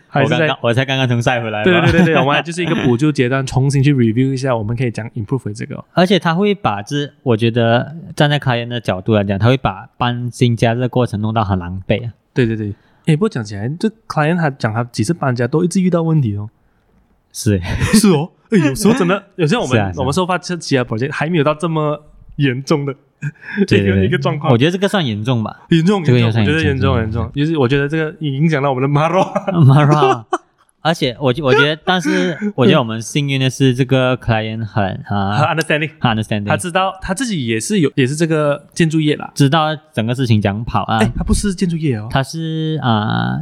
[SPEAKER 1] 还
[SPEAKER 2] 我
[SPEAKER 1] 是
[SPEAKER 2] 刚
[SPEAKER 1] 在
[SPEAKER 2] 刚我才刚刚从赛回来吧，
[SPEAKER 1] 对对对对对，我们还就是一个补救阶段，重新去 review 一下，我们可以讲 improve 回这个哦、
[SPEAKER 2] 而且他会把这，我觉得站在开源的角度来讲，他会把搬新家这个过程弄到很狼狈啊。
[SPEAKER 1] 对对对，诶，不过讲起来，这 client 他讲他几次搬家都一直遇到问题哦。
[SPEAKER 2] 是，
[SPEAKER 1] 是哦，诶，有时候真 的，有时候我们、
[SPEAKER 2] 是啊是啊
[SPEAKER 1] 我们收发车其他 project 还没有到这么严重的
[SPEAKER 2] 对
[SPEAKER 1] 一
[SPEAKER 2] 对
[SPEAKER 1] 个
[SPEAKER 2] 对，
[SPEAKER 1] 一个状况
[SPEAKER 2] 我，觉得这个算严重吧。
[SPEAKER 1] 严重
[SPEAKER 2] 这个
[SPEAKER 1] 严重，
[SPEAKER 2] 也算
[SPEAKER 1] 我觉得严
[SPEAKER 2] 严重
[SPEAKER 1] 重严重，就是我觉得这个影响到我们的 Maro，
[SPEAKER 2] Mara，而啊且我觉我觉得，但是我觉得我们幸运的是，这个 client 很 啊
[SPEAKER 1] 他 understanding，
[SPEAKER 2] understanding，
[SPEAKER 1] 他知道他自己也是有也是这个建筑业啦，
[SPEAKER 2] 知道整个事情讲跑啊
[SPEAKER 1] 诶，，他不是建筑业哦，
[SPEAKER 2] 他是啊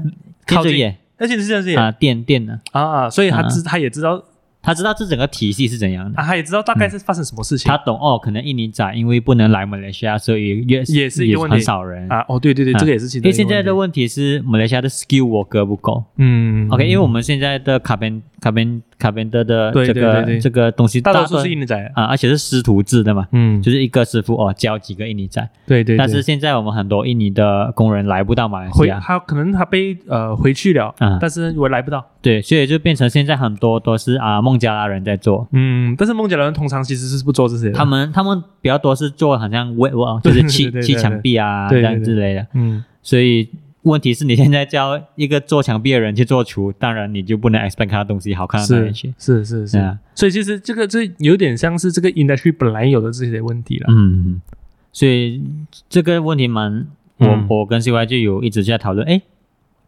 [SPEAKER 1] 哎
[SPEAKER 2] 建
[SPEAKER 1] 靠
[SPEAKER 2] 筑
[SPEAKER 1] 近
[SPEAKER 2] 业
[SPEAKER 1] 而且是建筑业
[SPEAKER 2] 啊电电的，
[SPEAKER 1] 啊，所以他知他也知道
[SPEAKER 2] 他知道这整个体系是怎样的。
[SPEAKER 1] 啊，他也知道大概是发生什么事情
[SPEAKER 2] 他懂哦，可能印尼仔因为不能来马来西亚，所以也
[SPEAKER 1] 也是一个问题
[SPEAKER 2] 很少人
[SPEAKER 1] 啊，哦，对对对，
[SPEAKER 2] 啊
[SPEAKER 1] 这个也是其
[SPEAKER 2] 因
[SPEAKER 1] 中
[SPEAKER 2] 为
[SPEAKER 1] 一个
[SPEAKER 2] 现在的
[SPEAKER 1] 问题，
[SPEAKER 2] 问题是，马来西亚的 skill worker 不够。
[SPEAKER 1] 嗯
[SPEAKER 2] OK，因为我们现在的卡边卡边卡边的的
[SPEAKER 1] 对
[SPEAKER 2] 这
[SPEAKER 1] 对对对
[SPEAKER 2] 个这个东西，
[SPEAKER 1] 大多
[SPEAKER 2] 部
[SPEAKER 1] 数
[SPEAKER 2] 分
[SPEAKER 1] 是印尼仔，
[SPEAKER 2] 啊，而且是师徒制的嘛，
[SPEAKER 1] 嗯，
[SPEAKER 2] 就是一个师傅哦教几个印尼仔。
[SPEAKER 1] 对对，
[SPEAKER 2] 但
[SPEAKER 1] 对
[SPEAKER 2] 是现在我们很多印尼的工人来不到马来西
[SPEAKER 1] 回
[SPEAKER 2] 亚，
[SPEAKER 1] 他可能他被呃回去了，
[SPEAKER 2] 啊
[SPEAKER 1] 但是我来不到。
[SPEAKER 2] 对，所以就变成现在很多都是啊孟加拉人在做。
[SPEAKER 1] 嗯，但是孟加拉人通常其实是不做这些的。
[SPEAKER 2] 他们他们比较多是做好像 w e work，就
[SPEAKER 1] 对
[SPEAKER 2] 是
[SPEAKER 1] 对
[SPEAKER 2] 砌
[SPEAKER 1] 对对
[SPEAKER 2] 砌
[SPEAKER 1] 对
[SPEAKER 2] 墙壁啊
[SPEAKER 1] 对
[SPEAKER 2] 这
[SPEAKER 1] 对
[SPEAKER 2] 样
[SPEAKER 1] 对
[SPEAKER 2] 之类的，
[SPEAKER 1] 嗯，
[SPEAKER 2] 所以问题是你现在叫一个做墙壁的人去做厨，当然你就不能 expect 他的东西好看到哪里
[SPEAKER 1] 是
[SPEAKER 2] 去。
[SPEAKER 1] 是是
[SPEAKER 2] 啊是
[SPEAKER 1] 是。
[SPEAKER 2] 啊，
[SPEAKER 1] 所以其实这个这有点像是这个 industry 本来有的这些问题了。
[SPEAKER 2] 嗯，所以这个问题蛮，我、
[SPEAKER 1] 嗯
[SPEAKER 2] 我跟 CY 就有一直在讨论，哎，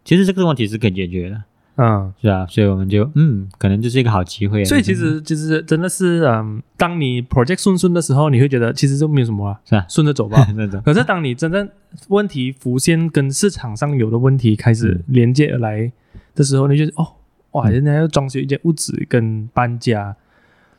[SPEAKER 2] 其实这个问题是可以解决的，
[SPEAKER 1] 嗯，
[SPEAKER 2] 是啊，所以我们就嗯，可能就是一个好机会。啊
[SPEAKER 1] 所以其实其实真的是，嗯，当你 project 顺顺的时候，你会觉得其实就没有什么啊，
[SPEAKER 2] 是吧。
[SPEAKER 1] 顺着走吧
[SPEAKER 2] 那种
[SPEAKER 1] 可是当你真正问题浮现跟市场上有的问题开
[SPEAKER 2] 嗯
[SPEAKER 1] 始连接而来的时候，你就哦，哇，人家要装修一间屋子跟搬家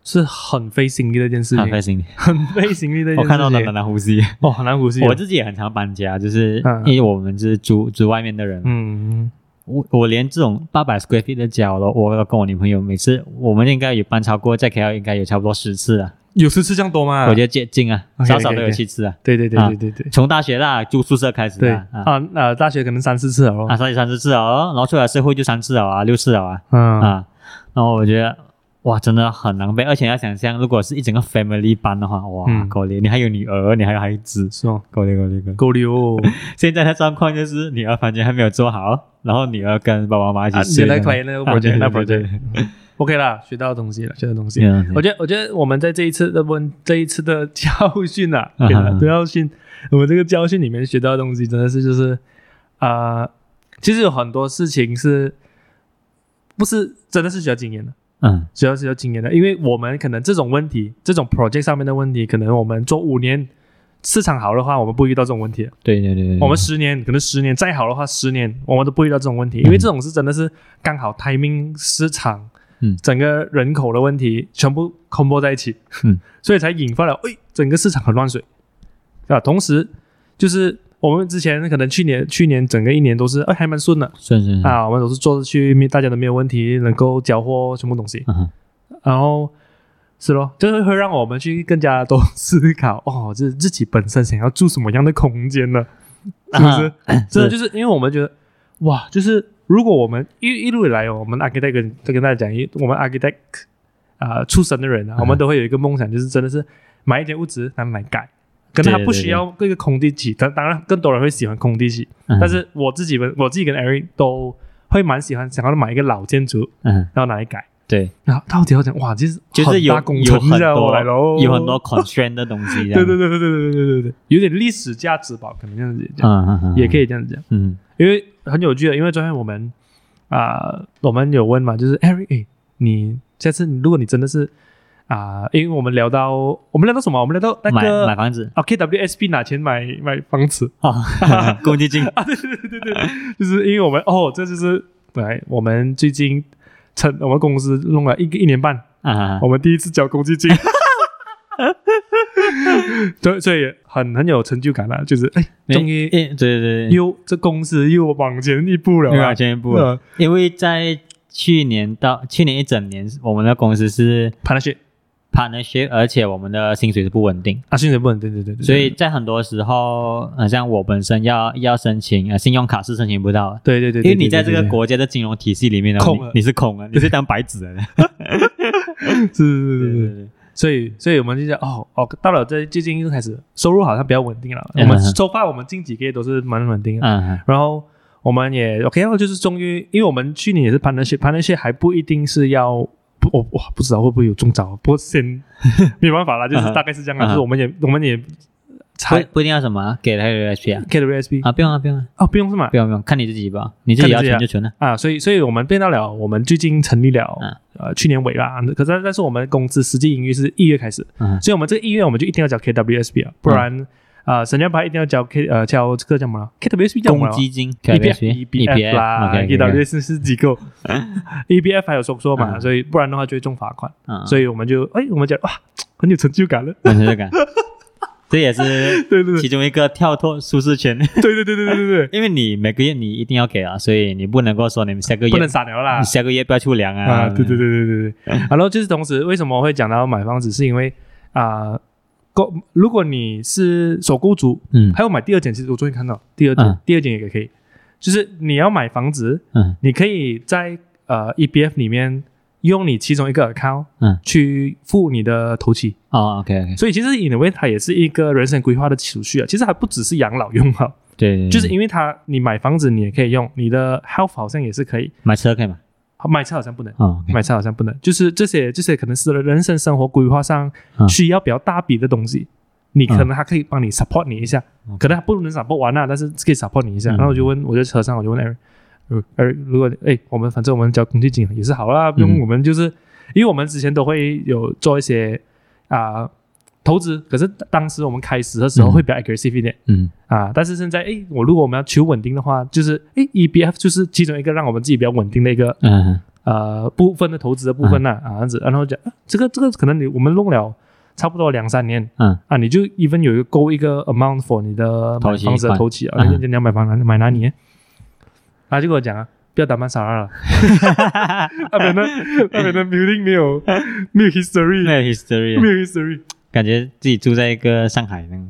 [SPEAKER 1] 是很费心力的一件事
[SPEAKER 2] 很开
[SPEAKER 1] 情，
[SPEAKER 2] 心。
[SPEAKER 1] 很费心力的一件事情。
[SPEAKER 2] 我看到了，南呼吸。
[SPEAKER 1] 哦，很难呼吸哦。
[SPEAKER 2] 我自己也很常搬家，就是
[SPEAKER 1] 嗯
[SPEAKER 2] 因为我们就是租租外面的人嘛，
[SPEAKER 1] 嗯，
[SPEAKER 2] 我我连这种八百 square feet 的家，我都我都跟我女朋友每次我们应该有搬超过在 KL 应该有差不多十次啊，
[SPEAKER 1] 有时是这样多吗？
[SPEAKER 2] 我觉得接近啊，
[SPEAKER 1] OK，OK，OK
[SPEAKER 2] 少少都有七次啊，
[SPEAKER 1] 对对对
[SPEAKER 2] 啊
[SPEAKER 1] 对对对
[SPEAKER 2] 从大学啦住宿舍开始
[SPEAKER 1] 对
[SPEAKER 2] 啊啊
[SPEAKER 1] 啊，呃，大学可能三四次了
[SPEAKER 2] 啊
[SPEAKER 1] 哦。
[SPEAKER 2] 三十三十次啊哦，然后出来社会就三次了啊，六次了啊
[SPEAKER 1] 嗯
[SPEAKER 2] 啊，然后我觉得。哇，真的很狼狈，而且要想象，如果是一整个 family 搬的话，哇，
[SPEAKER 1] 嗯
[SPEAKER 2] 够力！你还有女儿，你还有孩子，
[SPEAKER 1] 是哦，
[SPEAKER 2] 够力够力够力！
[SPEAKER 1] 够 溜。哦
[SPEAKER 2] 现在的状况就是女儿房间还没有做好，然后女儿跟爸爸妈妈一
[SPEAKER 1] 啊
[SPEAKER 2] 起睡。啊
[SPEAKER 1] 你来 claim 那个 project，那 project
[SPEAKER 2] 那
[SPEAKER 1] OK 啦，学到东西了，学到东西。
[SPEAKER 2] project
[SPEAKER 1] 我觉得，我觉得我们在这一次的问，这一次的教训啊，
[SPEAKER 2] 嗯
[SPEAKER 1] 对
[SPEAKER 2] 嗯
[SPEAKER 1] 的教训，我们这个教训里面学到的东西真的是就是，啊、其实有很多事情是，不是真的是需要经验的，
[SPEAKER 2] 嗯，
[SPEAKER 1] 需要需要经验的，因为我们可能这种问题，这种 project 上面的问题，可能我们做五年。市场好的话，我们不会遇到这种问题；
[SPEAKER 2] 对对对对，
[SPEAKER 1] 我们十年，可能十年再好的话，十年我们都不会遇到这种问题，因为这种是真的是刚好 timing 市场，
[SPEAKER 2] 嗯
[SPEAKER 1] 整个人口的问题全部 combo 在一起，
[SPEAKER 2] 嗯，
[SPEAKER 1] 所以才引发了，哎，整个市场很乱水，对吧？同时就是我们之前可能去年去年整个一年都是，哎，还蛮顺的、
[SPEAKER 2] 顺顺顺
[SPEAKER 1] 啊，我们都是做去，大家都没有问题，能够交货全部东西，
[SPEAKER 2] 嗯哼
[SPEAKER 1] 然后是咯，就是会让我们去更加多思考哦，就是自己本身想要住什么样的空间呢？是不是？真的就是因为我们觉得哇，就是如果我们一一路以来哦，我们 architect 跟都跟大家讲，一我们 architect 啊、出身的人啊，我们都会有一个梦想，就是真的是买一间屋子拿来改。可能
[SPEAKER 2] 对
[SPEAKER 1] 他
[SPEAKER 2] 对
[SPEAKER 1] 不
[SPEAKER 2] 对
[SPEAKER 1] 需要一个空地起，当当然更多人会喜欢空地起，
[SPEAKER 2] 嗯
[SPEAKER 1] 但是我自己们我自己跟 Eric 都会蛮喜欢，想要买一个老建筑，
[SPEAKER 2] 嗯，
[SPEAKER 1] 然后拿来改。
[SPEAKER 2] 对，
[SPEAKER 1] 然后到底要讲哇，其实
[SPEAKER 2] 就是有
[SPEAKER 1] 很大工
[SPEAKER 2] 有
[SPEAKER 1] 程
[SPEAKER 2] 很
[SPEAKER 1] 这样
[SPEAKER 2] 多
[SPEAKER 1] 来咯
[SPEAKER 2] 有很多 constraint 的东西，
[SPEAKER 1] 对对，对对对对对对对对，有点历史价值吧，可能这样子讲，
[SPEAKER 2] 嗯嗯嗯，
[SPEAKER 1] 也可
[SPEAKER 2] 以，
[SPEAKER 1] 以这样子讲，
[SPEAKER 2] 嗯
[SPEAKER 1] 因为很有趣的，因为昨天我们啊、我们有问嘛，就是 Eric，诶你下次如果你真的是啊、因为我们聊到我们聊到什么？我们聊到那
[SPEAKER 2] 买买
[SPEAKER 1] 个
[SPEAKER 2] 房子
[SPEAKER 1] 啊 KWSP 拿钱买买房子，
[SPEAKER 2] 啊，公积金，
[SPEAKER 1] 就是因为我们哦，这就是本来我们最近趁我们公司弄了一个一年半，
[SPEAKER 2] 啊
[SPEAKER 1] 我，们第一次交公积 金，所以所以很很有成就感啦，就是哎，终于
[SPEAKER 2] 诶对对对，
[SPEAKER 1] 又这公司又往前一步了
[SPEAKER 2] 又
[SPEAKER 1] 啊
[SPEAKER 2] 往，前一步了，嗯因为在去年到去年一整年，我们的公司是
[SPEAKER 1] 潘大学
[SPEAKER 2] partnership，而且我们的薪水是不稳定。
[SPEAKER 1] 啊，薪水不能，对对对对，
[SPEAKER 2] 所以在很多时候，好像我本身要要申请呃信用卡是申请不到的，
[SPEAKER 1] 对对对，对
[SPEAKER 2] 因为你在这个
[SPEAKER 1] 对对
[SPEAKER 2] 国家的金融体系里面呢，
[SPEAKER 1] 空
[SPEAKER 2] 你
[SPEAKER 1] 了
[SPEAKER 2] 你是空了，你是当白纸的。
[SPEAKER 1] 对是是是是是，
[SPEAKER 2] 对，
[SPEAKER 1] 所以所以我们就讲哦哦，到了这最近又开始收入好像比较稳定了，我
[SPEAKER 2] 嗯
[SPEAKER 1] 们
[SPEAKER 2] 嗯
[SPEAKER 1] 收发我们近几个月都是蛮稳定的，
[SPEAKER 2] 嗯
[SPEAKER 1] 然后。我们也 OK，然后就是终于，因为我们去年也是 partnership，partnership 还不一定是要不，我哇不知道会不会有中招，不过先 没办法啦，就是大概是这样啦，
[SPEAKER 2] 嗯哼
[SPEAKER 1] 就是我们也我们也才
[SPEAKER 2] 不不一定要什么啊给他 h 啊
[SPEAKER 1] KWSB
[SPEAKER 2] 啊，不用啊，不用啊，
[SPEAKER 1] 啊，不用是吗
[SPEAKER 2] 不？用不用，看你自己吧，你自己要存就存了。
[SPEAKER 1] 啊，所以所以我们变到了，我们最近成立了，
[SPEAKER 2] 嗯
[SPEAKER 1] 呃，去年尾啦，可是但是我们公司实际营运是一月开始，
[SPEAKER 2] 嗯
[SPEAKER 1] 所以我们这个一月我们就一定要交 KWSB 了，不然啊、呃，神教牌一定要交 K 呃交这个叫什么了？KWSB 叫什么啊
[SPEAKER 2] 公
[SPEAKER 1] 了
[SPEAKER 2] 积金
[SPEAKER 1] EBF
[SPEAKER 2] EBF
[SPEAKER 1] EBF E 啦
[SPEAKER 2] OK，OK，OK
[SPEAKER 1] ，KWS 是机 构，EBF E 还有收缩嘛，
[SPEAKER 2] 嗯
[SPEAKER 1] 所以不然的话就会中罚款，
[SPEAKER 2] 嗯，
[SPEAKER 1] 所
[SPEAKER 2] 以
[SPEAKER 1] 以我们就哎，我们讲哇，很有成就感了，
[SPEAKER 2] 很 这个，这也是
[SPEAKER 1] 对对 对
[SPEAKER 2] 其中一个跳脱舒适圈，
[SPEAKER 1] 对对对对对对
[SPEAKER 2] 因为你每个月你一定要给啊，所以你不能够说你们下个
[SPEAKER 1] 对，
[SPEAKER 2] 月
[SPEAKER 1] 不能傻聊啦
[SPEAKER 2] 你，下个月不要出粮
[SPEAKER 1] 啊，
[SPEAKER 2] 啊。
[SPEAKER 1] 对对对对对 对。然后就是同时，为什么会讲到买房子，是因为啊，购、如果你是首购族，
[SPEAKER 2] 嗯，
[SPEAKER 1] 还有买第二间，其实我终于看到第二间，
[SPEAKER 2] 嗯
[SPEAKER 1] 第二间也可以，就是你要买房子，
[SPEAKER 2] 嗯
[SPEAKER 1] 你可以在呃 EBF 里面用你其中一个 account，
[SPEAKER 2] 嗯
[SPEAKER 1] 去付你的头期，
[SPEAKER 2] 哦，OK OK，
[SPEAKER 1] 所以其实 in a way 它也是一个人生规划的储蓄啊，其实还不只是养老用啊，
[SPEAKER 2] 对，对
[SPEAKER 1] 就是
[SPEAKER 2] 对
[SPEAKER 1] 因为它你买房子你也可以用，你的 health 好像也是可以，
[SPEAKER 2] 买车可以吗？
[SPEAKER 1] 买车好像不能。
[SPEAKER 2] 哦，OK，
[SPEAKER 1] 买菜好像不能，就是这些这些可能是人生生活规划上
[SPEAKER 2] 嗯
[SPEAKER 1] 需要比较大笔的东西，你可能还可以帮你 support 你一下，
[SPEAKER 2] OK
[SPEAKER 1] 可能还不能 support 完啊，但是可以 support 你一下。
[SPEAKER 2] 嗯
[SPEAKER 1] 然后我就问，我在车上我就问 Aaron，如而如果哎，我们反正我们教空气警也是好啦，不用
[SPEAKER 2] 嗯
[SPEAKER 1] 我们就是，因为我们之前都会有做一些啊、投资，可是当时我们开始的时候
[SPEAKER 2] 嗯
[SPEAKER 1] 会比较 aggressive 一点、
[SPEAKER 2] 嗯
[SPEAKER 1] 啊，但是现在哎，我如果我们要求稳定的话，就是哎 EBF 就是其中一个让我们自己比较稳定的一个
[SPEAKER 2] 嗯
[SPEAKER 1] 呃部分的投资的部分呐啊，这样子，然后讲、啊这个这个可能你我们弄了差不多两三年，
[SPEAKER 2] 嗯
[SPEAKER 1] 啊，你就 even 有一个够一个 amount for 你的
[SPEAKER 2] 投
[SPEAKER 1] 买
[SPEAKER 2] 期
[SPEAKER 1] 房子的
[SPEAKER 2] 款
[SPEAKER 1] 头期啊，
[SPEAKER 2] 嗯
[SPEAKER 1] 人家你要买房哪买哪里？啊，就跟我讲啊，不要打扮傻二 了，那边的那边的 building 没有没有 history，
[SPEAKER 2] 没
[SPEAKER 1] 没
[SPEAKER 2] 有 history，
[SPEAKER 1] 有 history，
[SPEAKER 2] 感觉自己住在一个上海那种。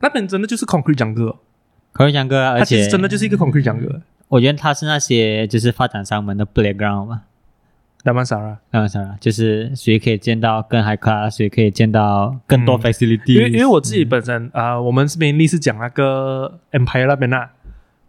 [SPEAKER 1] 那边真的就是 concrete 讲哥，
[SPEAKER 2] 口语讲歌，而
[SPEAKER 1] 它其
[SPEAKER 2] 且嗯
[SPEAKER 1] 实真的就是一个 concrete 讲哥，
[SPEAKER 2] 我觉得他是那些就是发展商们的 playground 嘛，
[SPEAKER 1] 打扮傻二，
[SPEAKER 2] 嗯，当然就是谁可以见到更 high class，谁可以见到更多
[SPEAKER 1] 嗯
[SPEAKER 2] facility，
[SPEAKER 1] 因为因为我自己本身啊，我们是 mainly 是讲那个 empire 那边呐，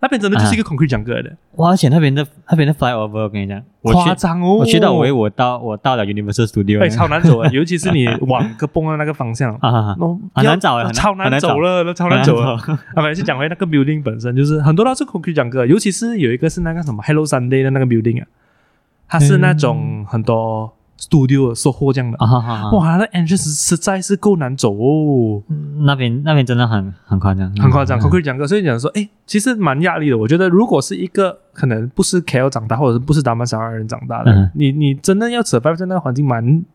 [SPEAKER 1] 那边真的就是
[SPEAKER 2] 啊
[SPEAKER 1] 一个 concrete 讲哥的，
[SPEAKER 2] 哇，而且那边的那边的 flyover，我跟你讲，我
[SPEAKER 1] 夸
[SPEAKER 2] 去
[SPEAKER 1] 张哦，
[SPEAKER 2] 我去到维，我到我到了 Universal Studio，
[SPEAKER 1] 哎，超难走 啊，尤其是你往个崩的那个方向。
[SPEAKER 2] 啊啊，啊
[SPEAKER 1] 哦
[SPEAKER 2] 很
[SPEAKER 1] 要
[SPEAKER 2] 难找哎很难
[SPEAKER 1] 超
[SPEAKER 2] 很
[SPEAKER 1] 难
[SPEAKER 2] 难
[SPEAKER 1] 走
[SPEAKER 2] 找
[SPEAKER 1] 了，那超难走了。 啊，反正讲回那个 building 本身，就是很多都是 concrete 讲课，尤其是有一个是那个什么 Hello Sunday 的那个 building 啊，它是那种很多 studio 的售货这样的。
[SPEAKER 2] 啊哈哈，哇，
[SPEAKER 1] 哇，那 entrance 实在是够难走哦，
[SPEAKER 2] 那边那边真的很很夸张，
[SPEAKER 1] 很夸张。
[SPEAKER 2] 嗯
[SPEAKER 1] concrete 讲课，所以讲说，哎，其实蛮压力的。我觉得，如果是一个可能不是 KL 长大，或者是不是达曼小二人长大的，
[SPEAKER 2] 嗯
[SPEAKER 1] 你你真的要 survive 在那个环境蛮，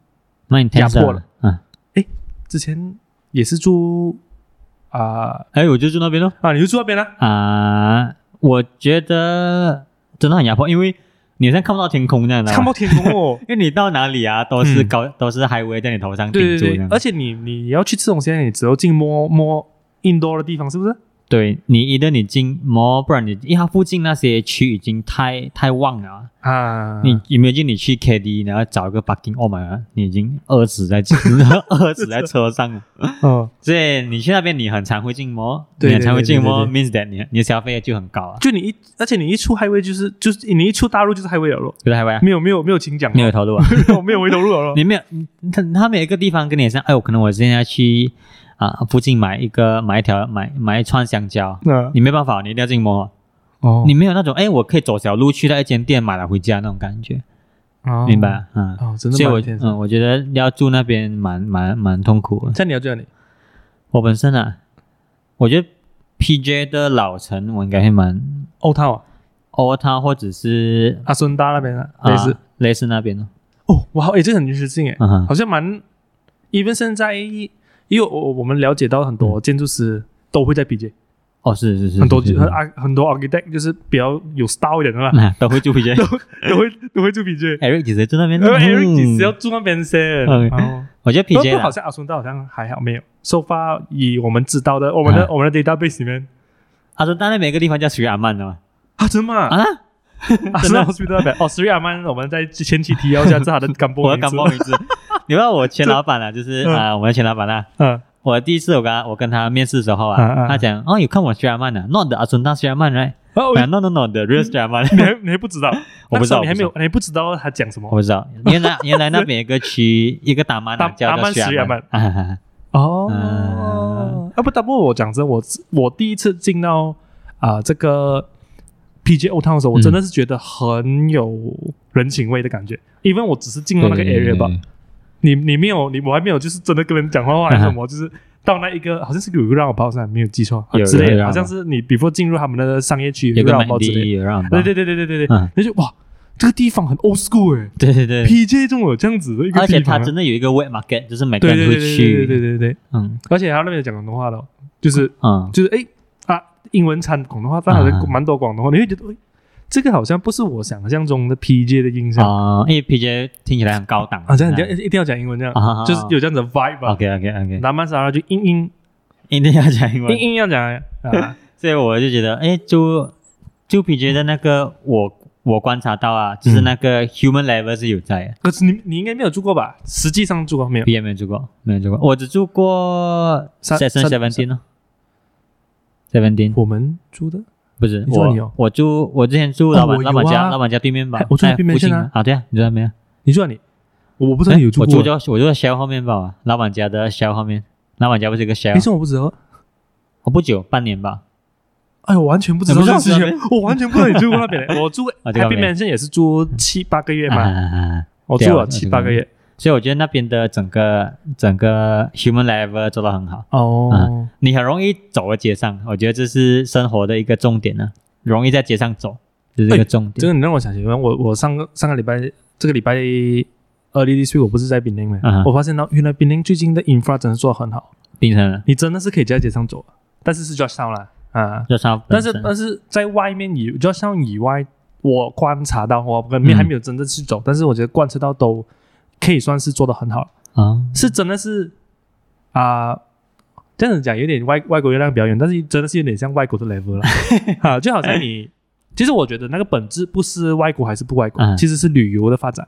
[SPEAKER 2] 蛮 intense 的
[SPEAKER 1] 压迫了，
[SPEAKER 2] 嗯，
[SPEAKER 1] 之前也是住啊、
[SPEAKER 2] 哎，我就住那边咯，
[SPEAKER 1] 啊，你就住那边啦、
[SPEAKER 2] 啊，我觉得真的很压迫，因为你好像看不到天空那样的，
[SPEAKER 1] 看不到天空 哦。
[SPEAKER 2] 因为你到哪里啊，都是高，都是 highway 在你头上
[SPEAKER 1] 对
[SPEAKER 2] 顶住
[SPEAKER 1] 对
[SPEAKER 2] 这
[SPEAKER 1] 对
[SPEAKER 2] 样，。
[SPEAKER 1] 而且你你要去吃东西，你只有进摸摸印度的地方，是不是？
[SPEAKER 2] 对你，一旦你进 mall，不然你因为它附近那些区已经太太旺了啊。
[SPEAKER 1] 啊，
[SPEAKER 2] 你有没有进你去 KD，然后找一个 parking？Oh my god，你已经饿死在 饿死在车上了。
[SPEAKER 1] 哦，
[SPEAKER 2] 所以你去那边，你很常会进 mall，
[SPEAKER 1] 对
[SPEAKER 2] 你很常会进
[SPEAKER 1] 对对
[SPEAKER 2] mall
[SPEAKER 1] 对
[SPEAKER 2] means that 你你的消费就很高啊。
[SPEAKER 1] 就你一，而且你一出 highway 就是就是你一出大陆就是 highway 了咯，
[SPEAKER 2] 对不对，喂，
[SPEAKER 1] 没有没有没有请讲哦，
[SPEAKER 2] 啊没有投入啊？
[SPEAKER 1] 我 没有回头路 了咯。
[SPEAKER 2] 你没有，他他没有一个地方跟你像，哎，我可能我现在去啊附近买一个买一条买买一串香蕉，
[SPEAKER 1] 那
[SPEAKER 2] 你没办法，你一定要进 mall 啊。
[SPEAKER 1] 哦
[SPEAKER 2] 你没有那种哎，我可以走小路去到一间店买了回家那种感觉，
[SPEAKER 1] 哦
[SPEAKER 2] 明白啊？嗯
[SPEAKER 1] 哦，真的
[SPEAKER 2] 所以
[SPEAKER 1] 蛮
[SPEAKER 2] 我
[SPEAKER 1] 天生。
[SPEAKER 2] 嗯，我觉得要住那边蛮蛮蛮痛苦的。
[SPEAKER 1] 像你要这样你
[SPEAKER 2] 我本身啊，我觉得 PJ 的老城我应该会蛮
[SPEAKER 1] 欧套啊，
[SPEAKER 2] 欧他或者是
[SPEAKER 1] 阿孙达那边啊，
[SPEAKER 2] 啊
[SPEAKER 1] 类似
[SPEAKER 2] 类似那边咯。
[SPEAKER 1] 哦，哇，哎，这个很原始性哎，
[SPEAKER 2] 嗯哼，
[SPEAKER 1] 好像蛮，even 现在，因为我我我们了解到很多
[SPEAKER 2] 嗯
[SPEAKER 1] 建筑师都会在 BJ，
[SPEAKER 2] 哦是是是，
[SPEAKER 1] 很多
[SPEAKER 2] 是是
[SPEAKER 1] 很啊很多 architect 就是比较有 style 一点的啦，
[SPEAKER 2] 啊 都会住 PJ。
[SPEAKER 1] 都会都会住 BJ。
[SPEAKER 2] Eric 姐姐住那边
[SPEAKER 1] 因
[SPEAKER 2] 咯，
[SPEAKER 1] 为呃 Eric
[SPEAKER 2] 嗯
[SPEAKER 1] 只是要住那边先，
[SPEAKER 2] 嗯
[SPEAKER 1] 哦，
[SPEAKER 2] 我觉得
[SPEAKER 1] 不过
[SPEAKER 2] PJ
[SPEAKER 1] 好
[SPEAKER 2] 啦
[SPEAKER 1] 像阿松道好像还好没有。So far，以我们知道的，我们的
[SPEAKER 2] 啊
[SPEAKER 1] 我们的 database 里面
[SPEAKER 2] 他说当然每个地方叫徐阿曼的嘛
[SPEAKER 1] 啊，真的吗？
[SPEAKER 2] 啊，
[SPEAKER 1] 阿松道 hospital 那边哦，所以阿曼我们在前期提要一下是他的干部
[SPEAKER 2] 我
[SPEAKER 1] 名字，
[SPEAKER 2] 刚报名字。你知道我前老板啊，就是
[SPEAKER 1] 嗯
[SPEAKER 2] 啊，我的前老板啊，
[SPEAKER 1] 嗯
[SPEAKER 2] 我第一次我跟他我跟他面试的时候
[SPEAKER 1] 啊啊
[SPEAKER 2] 啊，他讲哦，有看我徐阿曼的，not the 阿孙大徐阿曼 right？
[SPEAKER 1] 哦，
[SPEAKER 2] 啊 no no no the real 徐阿曼。
[SPEAKER 1] 你还你还不知道，
[SPEAKER 2] 我不知
[SPEAKER 1] 那时
[SPEAKER 2] 道
[SPEAKER 1] 候你还没有，你还不知道他讲什
[SPEAKER 2] 我
[SPEAKER 1] 么
[SPEAKER 2] 不知道，原来原来那边有一个区，一个大妈
[SPEAKER 1] 大
[SPEAKER 2] 呢叫
[SPEAKER 1] 大
[SPEAKER 2] 做
[SPEAKER 1] 曼
[SPEAKER 2] 徐
[SPEAKER 1] 石
[SPEAKER 2] 阿
[SPEAKER 1] 亚
[SPEAKER 2] 曼啊，
[SPEAKER 1] 哦
[SPEAKER 2] 嗯。
[SPEAKER 1] 啊不，但不过我讲真，我我第一次进到啊这个 PJ O Town 的时候，我
[SPEAKER 2] 嗯
[SPEAKER 1] 真的是觉得很有人情味的感觉，因为我只是进入那个 area 吧。你你没有你我还没有就是真的跟人讲话话还是什么，就是到那一个好像是有一个 roundabout 上没有记错
[SPEAKER 2] 有
[SPEAKER 1] 之类
[SPEAKER 2] 有一
[SPEAKER 1] 的，
[SPEAKER 2] 个
[SPEAKER 1] 好像是你 before 进入他们的商业区
[SPEAKER 2] 有
[SPEAKER 1] 一
[SPEAKER 2] 个
[SPEAKER 1] 个
[SPEAKER 2] 满
[SPEAKER 1] roundabout 之类的，
[SPEAKER 2] 地有让
[SPEAKER 1] 对对对对对对
[SPEAKER 2] 嗯
[SPEAKER 1] 对，你就觉得哇这个地方很 old school 哎、
[SPEAKER 2] 对对对，
[SPEAKER 1] PJ 中有这样子的一个
[SPEAKER 2] 而且
[SPEAKER 1] 地方
[SPEAKER 2] 它
[SPEAKER 1] 啊，
[SPEAKER 2] 真的有一个 wet market，就是每个
[SPEAKER 1] 对
[SPEAKER 2] 人
[SPEAKER 1] 对
[SPEAKER 2] 会
[SPEAKER 1] 对对对对对对
[SPEAKER 2] 去，
[SPEAKER 1] 对，
[SPEAKER 2] 嗯
[SPEAKER 1] 而且他那边有讲广东话的哦，就是
[SPEAKER 2] 嗯，
[SPEAKER 1] 就是哎啊英文掺广东话，但好
[SPEAKER 2] 啊
[SPEAKER 1] 像蛮多广东话，你会觉得哎这个好像不是我想象中的 PJ 的印象，
[SPEAKER 2] 哦，因为 PJ 听起来很高档，
[SPEAKER 1] 好像一定要一定要讲英文这样，
[SPEAKER 2] 啊
[SPEAKER 1] 就是有这样子的 vibe 啊吧。
[SPEAKER 2] OK OK OK，
[SPEAKER 1] 南曼莎拉就硬硬
[SPEAKER 2] 一定要讲英文
[SPEAKER 1] 硬，硬要讲啊，
[SPEAKER 2] 所以我就觉得，哎，就就 PJ 的那个我。我观察到啊，就是那
[SPEAKER 1] 嗯
[SPEAKER 2] 个 human level 是有在的，
[SPEAKER 1] 可是你你应该没有住过吧？实际上住过没有？
[SPEAKER 2] 毕业没有住过，没有住过，我只住过
[SPEAKER 1] 三
[SPEAKER 2] session
[SPEAKER 1] 三
[SPEAKER 2] seventeen 哦，seventeen
[SPEAKER 1] 我们住的
[SPEAKER 2] 不是
[SPEAKER 1] 你住哪里
[SPEAKER 2] 我
[SPEAKER 1] 哦，
[SPEAKER 2] 我住我之前住
[SPEAKER 1] 哦
[SPEAKER 2] 老板、
[SPEAKER 1] 我有
[SPEAKER 2] 老板家
[SPEAKER 1] 啊
[SPEAKER 2] 老板家对面吧
[SPEAKER 1] 哎，我住
[SPEAKER 2] 在
[SPEAKER 1] 你对面
[SPEAKER 2] 附近
[SPEAKER 1] 是啊
[SPEAKER 2] 啊啊，对啊，你住那边啊？哎
[SPEAKER 1] 你住哪里？我不知道你有住啊
[SPEAKER 2] 我住
[SPEAKER 1] 过，
[SPEAKER 2] 在我住在 Shell 后面吧，我老板家的 Shell 哦后面，老板家不是有个
[SPEAKER 1] 你
[SPEAKER 2] Shell，
[SPEAKER 1] 说我不知道
[SPEAKER 2] 我不久半年吧，
[SPEAKER 1] 哎，我完全不知道
[SPEAKER 2] 你
[SPEAKER 1] 这
[SPEAKER 2] 不知道
[SPEAKER 1] 件事情
[SPEAKER 2] 是哪，
[SPEAKER 1] 我完全不知道你住过那 边嘞。我住
[SPEAKER 2] 啊这个
[SPEAKER 1] Happy
[SPEAKER 2] man
[SPEAKER 1] Mansion 也是住七八个月
[SPEAKER 2] 啊
[SPEAKER 1] 嘛，
[SPEAKER 2] 啊啊啊
[SPEAKER 1] 我住了七八个月。
[SPEAKER 2] 所以我觉得那边的整个整个 human level 做得很好，
[SPEAKER 1] 哦，
[SPEAKER 2] 你很容易走在街上，我觉得这是生活的一个重点呢、容易在街上走，这是一个重
[SPEAKER 1] 哎这
[SPEAKER 2] 点。
[SPEAKER 1] 个你让我想起，我我上个上个礼拜，这个礼拜 early this week 我不是在槟城
[SPEAKER 2] 啊
[SPEAKER 1] 吗？我发现到原来槟城最近的 infra 真的做得很好，
[SPEAKER 2] 槟城人
[SPEAKER 1] 你真的是可以在街上走，但是是 j o s h 啦啊，
[SPEAKER 2] 就差不多
[SPEAKER 1] 但是但是在外面以 j o s h 以外，我观察到我跟面还没有真正去走，但是我觉得贯彻到都可以算是做得很好。
[SPEAKER 2] 啊，
[SPEAKER 1] 是真的是啊、这样子讲有点外外国月亮表演，但是真的是有点像外国的 level 了啊，就好像你，其实我觉得那个本质不是外国还是不外国，
[SPEAKER 2] 嗯
[SPEAKER 1] 其实是旅游的发展，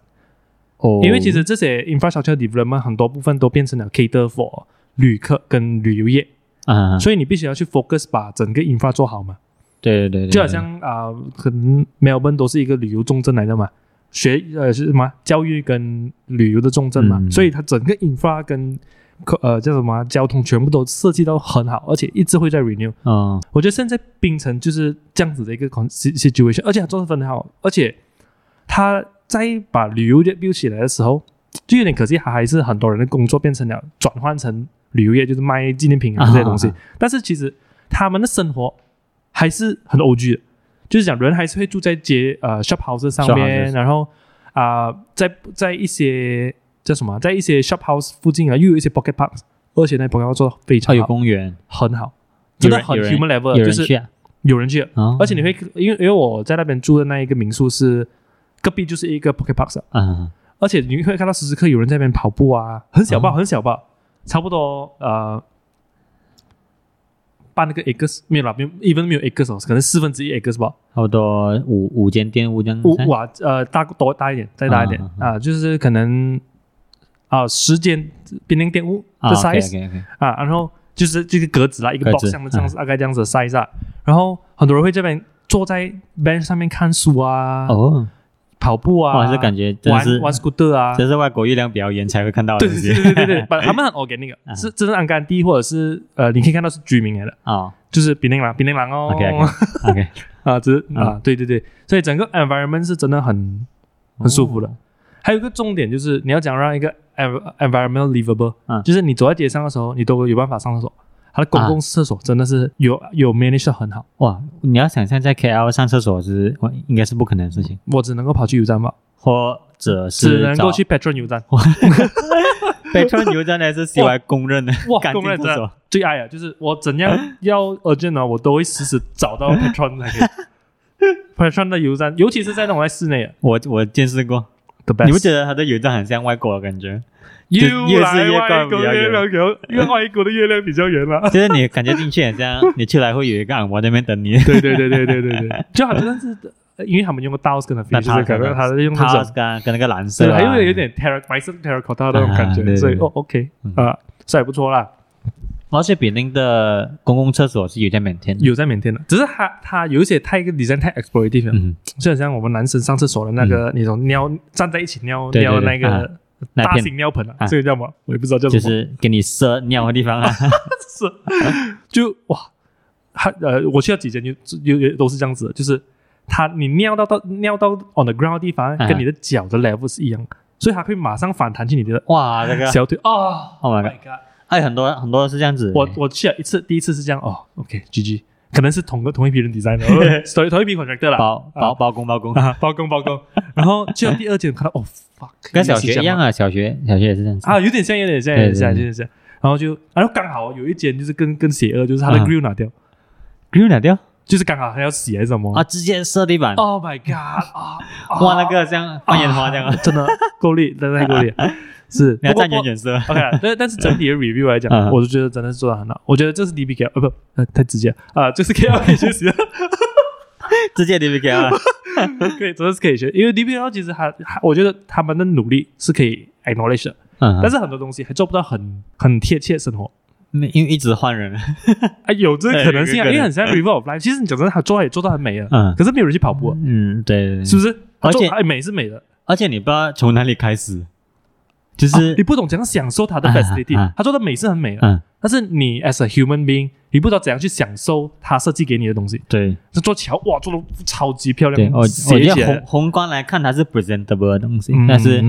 [SPEAKER 2] 哦
[SPEAKER 1] 因为其实这些 infrastructure development 很多部分都变成了 cater for 旅客跟旅游业，
[SPEAKER 2] 啊，
[SPEAKER 1] 所以你必须要去 focus 把整个 infra 做好嘛，
[SPEAKER 2] 对对对对，
[SPEAKER 1] 就好像啊、可能 Melbourne 都是一个旅游重镇来的嘛。学呃是什么教育跟旅游的重镇嘛，
[SPEAKER 2] 嗯
[SPEAKER 1] 所以它整个 infra 跟可呃叫什么啊交通全部都设计到很好，而且一直会在 renew。
[SPEAKER 2] 嗯
[SPEAKER 1] 我觉得现在槟城就是这样子的一个 con- si- situation，而且它做得很好，而且它在把旅游业 build 起来的时候，就有点可惜，还还是很多人的工作变成了转换成旅游业，就是卖纪念品啊
[SPEAKER 2] 啊
[SPEAKER 1] 这些东西。
[SPEAKER 2] 啊
[SPEAKER 1] 但是其实他们的生活还是很 O G 的，就是讲人还是会住在街呃 shop house 上
[SPEAKER 2] Shop
[SPEAKER 1] 面，
[SPEAKER 2] houses
[SPEAKER 1] 然后啊、在在一些叫什么啊，在一些 shop house 附近啊，又有一些 pocket park，而且那 pocket park 做的非
[SPEAKER 2] 哦
[SPEAKER 1] 常
[SPEAKER 2] 有
[SPEAKER 1] 好，
[SPEAKER 2] 公园，
[SPEAKER 1] 很好，真
[SPEAKER 2] 有
[SPEAKER 1] 的
[SPEAKER 2] 人
[SPEAKER 1] 很
[SPEAKER 2] 有人
[SPEAKER 1] human level，
[SPEAKER 2] 有
[SPEAKER 1] 就
[SPEAKER 2] 人
[SPEAKER 1] 是
[SPEAKER 2] 去啊，
[SPEAKER 1] 有人去的，
[SPEAKER 2] 哦
[SPEAKER 1] 而且你会，因为因为我在那边住的那一个民宿是隔壁就是一个 pocket park，啊
[SPEAKER 2] 啊
[SPEAKER 1] 而且你会看到时时刻有人在那边跑步啊，很小吧，
[SPEAKER 2] 哦
[SPEAKER 1] 很小吧，差不多呃半个 acres 没有啦，没有 even 没有 acres，哦可能四分之一 acres 吧，
[SPEAKER 2] 差不多五五间店屋这样，
[SPEAKER 1] 五哇呃大多大一点，再大一点
[SPEAKER 2] 嗯啊啊
[SPEAKER 1] 啊，就是可能啊时间边境店屋的
[SPEAKER 2] 啊
[SPEAKER 1] size
[SPEAKER 2] ，OK OK，
[SPEAKER 1] 啊，然后就是这个格子啦，一个
[SPEAKER 2] 格
[SPEAKER 1] box
[SPEAKER 2] 子
[SPEAKER 1] 像的这样子，大概这样子的 size 啊。然后很多人会这边坐在 bench 上面看书啊，
[SPEAKER 2] 哦，
[SPEAKER 1] 跑步啊，
[SPEAKER 2] 哇，这感觉真的
[SPEAKER 1] 玩
[SPEAKER 2] 是
[SPEAKER 1] 玩 scooter 啊，
[SPEAKER 2] 这是外国月亮表演才会看到的
[SPEAKER 1] 对
[SPEAKER 2] 东
[SPEAKER 1] 对
[SPEAKER 2] 西
[SPEAKER 1] 对对对对，把他们很 organic，的
[SPEAKER 2] 啊
[SPEAKER 1] 是真正安甘地或者是呃，你可以看到是居民来的，
[SPEAKER 2] 哦
[SPEAKER 1] 就是槟榔狼，槟榔狼哦
[SPEAKER 2] OK，OK，OK，
[SPEAKER 1] 啊，只是啊
[SPEAKER 2] 嗯，
[SPEAKER 1] 对对对，所以整个 environment 是真的很
[SPEAKER 2] 哦
[SPEAKER 1] 很舒服的。还有一个重点就是，你要讲让一个 env- environment livable，、
[SPEAKER 2] 嗯啊
[SPEAKER 1] 就是你走在街上的时候，你都有办法上厕所。它的公共厕所真的是有、有 manage 得很好，
[SPEAKER 2] 哇，你要想象在 KL 上厕所是哇应该是不可能的事情，
[SPEAKER 1] 我只能够跑去油站吧，
[SPEAKER 2] 或者是
[SPEAKER 1] 只能
[SPEAKER 2] 找
[SPEAKER 1] 够去 Petron 油站。
[SPEAKER 2] 北川牛站还是 CY 公认的，
[SPEAKER 1] 哇，
[SPEAKER 2] 干净
[SPEAKER 1] 公认
[SPEAKER 2] 不
[SPEAKER 1] 真的
[SPEAKER 2] 错
[SPEAKER 1] 最爱啊，就是我怎样要 urgent 呢，我都会时时找 到 Petron 才可以。Petron 的油站，尤其是在那种在室内啊的
[SPEAKER 2] 我我见识过，
[SPEAKER 1] ，the best。
[SPEAKER 2] 你不觉得他的油站很像外国的感觉？
[SPEAKER 1] 又
[SPEAKER 2] 越
[SPEAKER 1] 来
[SPEAKER 2] 是越
[SPEAKER 1] 外
[SPEAKER 2] 怪
[SPEAKER 1] 国
[SPEAKER 2] 比较
[SPEAKER 1] 月
[SPEAKER 2] 圆
[SPEAKER 1] 亮圆，因为外国的月亮比较圆了。啊
[SPEAKER 2] 就是你感觉进去很像，你出来会有一个按摩在那边 等你。
[SPEAKER 1] 对对对对对对对， 就好像是呃因为他们用过 DOS 跟 f i
[SPEAKER 2] 那
[SPEAKER 1] s 就是
[SPEAKER 2] Taos
[SPEAKER 1] 可能
[SPEAKER 2] 跟
[SPEAKER 1] 他是用那
[SPEAKER 2] 它
[SPEAKER 1] 种，
[SPEAKER 2] 跟跟那个蓝色
[SPEAKER 1] 对，
[SPEAKER 2] 啊，
[SPEAKER 1] 还有有点 terra 白色 terracotta 那种感
[SPEAKER 2] 啊对
[SPEAKER 1] 觉，
[SPEAKER 2] 对
[SPEAKER 1] 所以
[SPEAKER 2] 对
[SPEAKER 1] 哦 OK
[SPEAKER 2] 嗯
[SPEAKER 1] 啊，这还不错啦，
[SPEAKER 2] 而且比邻的公共厕所是有在每天，
[SPEAKER 1] 有在缅甸的，只是它它有一些太 design 太 explorative 了，
[SPEAKER 2] 嗯，
[SPEAKER 1] 就好像我们男生上厕所的那个那种尿站在一起尿
[SPEAKER 2] 对对
[SPEAKER 1] 尿那
[SPEAKER 2] 对
[SPEAKER 1] 个
[SPEAKER 2] 那
[SPEAKER 1] 大
[SPEAKER 2] 片
[SPEAKER 1] 型尿盆啊，
[SPEAKER 2] 啊
[SPEAKER 1] 这个叫什么？我也不知道叫什
[SPEAKER 2] 就
[SPEAKER 1] 么，
[SPEAKER 2] 是给你射尿的 地方啊。
[SPEAKER 1] 是， 就哇，他呃，我去了几间就就有都是这样子的，就是他你尿到到尿到 on the ground 的地方，
[SPEAKER 2] 啊
[SPEAKER 1] 跟你的脚的 level 是一样，所以它会马上反弹去你的
[SPEAKER 2] 哇，这个
[SPEAKER 1] 小腿啊。
[SPEAKER 2] Oh my
[SPEAKER 1] Oh
[SPEAKER 2] god！
[SPEAKER 1] my god！
[SPEAKER 2] 哎，很多很多是这样子。
[SPEAKER 1] 我我去了一次，第一次是这样哦，OK，GG，可能是同个同一批人 design 的，哦同同一批 contractor 啦，
[SPEAKER 2] 包包包公包公，
[SPEAKER 1] 啊，包工包工。然后去了第二间，我看到哦 fuck，
[SPEAKER 2] 跟小学一样
[SPEAKER 1] 啊，
[SPEAKER 2] 啊，小学小学也是这样子。
[SPEAKER 1] 啊，有点像，有点像，有点像，有
[SPEAKER 2] 对对对
[SPEAKER 1] 点像。然后就，然后刚好有一间就是更更邪恶，就是它的
[SPEAKER 2] 啊
[SPEAKER 1] grill 拿掉，
[SPEAKER 2] Green 哪掉
[SPEAKER 1] 就是刚好还要洗还是什么
[SPEAKER 2] 啊，直接射地板，
[SPEAKER 1] Oh my god！啊，啊
[SPEAKER 2] 哇，那个像放烟花这样啊，
[SPEAKER 1] 真的够力，真的太够 力了，是。
[SPEAKER 2] 你要
[SPEAKER 1] 不过
[SPEAKER 2] 站远。远射。
[SPEAKER 1] 不过 OK，啦但 但是整体的 review 来讲
[SPEAKER 2] 嗯，
[SPEAKER 1] 我就觉得真的是做的很好。我觉得这是 DBK 呃不呃太直接了啊，这是 K L 可以学 习的，
[SPEAKER 2] 直接 DBK 啊，
[SPEAKER 1] 可以真的是可以学，因为 DBL 其实还还我觉得他们的努力是可以 acknowledge 的，
[SPEAKER 2] 嗯，
[SPEAKER 1] 但是很多东西还做不到很很贴切生活。
[SPEAKER 2] 没因为一直 换人，
[SPEAKER 1] 啊，有这个可能性啊，
[SPEAKER 2] 哎有一个可能
[SPEAKER 1] 因为很像 review of life，其实你讲真的，他做也做到很美了，
[SPEAKER 2] 嗯
[SPEAKER 1] 可是没有人去跑步啊，
[SPEAKER 2] 嗯，对对对，
[SPEAKER 1] 是不是？他做
[SPEAKER 2] 而且
[SPEAKER 1] 哎美是美的，
[SPEAKER 2] 而且你不知道从哪里开始，就
[SPEAKER 1] 啊你
[SPEAKER 2] 是
[SPEAKER 1] 不懂怎样享受它的
[SPEAKER 2] 啊
[SPEAKER 1] facility，
[SPEAKER 2] 啊
[SPEAKER 1] 它做的美是很美的，
[SPEAKER 2] 嗯
[SPEAKER 1] 但是你 as a human being，你不知道怎样去享受它设计给你的东西。
[SPEAKER 2] 对
[SPEAKER 1] 这座桥哇，做的超级漂
[SPEAKER 2] 对，
[SPEAKER 1] 亮，
[SPEAKER 2] 我我
[SPEAKER 1] 斜
[SPEAKER 2] 觉
[SPEAKER 1] 起
[SPEAKER 2] 得
[SPEAKER 1] 来
[SPEAKER 2] 宏宏观来看它是 presentable 的东西，
[SPEAKER 1] 嗯
[SPEAKER 2] 但是
[SPEAKER 1] 嗯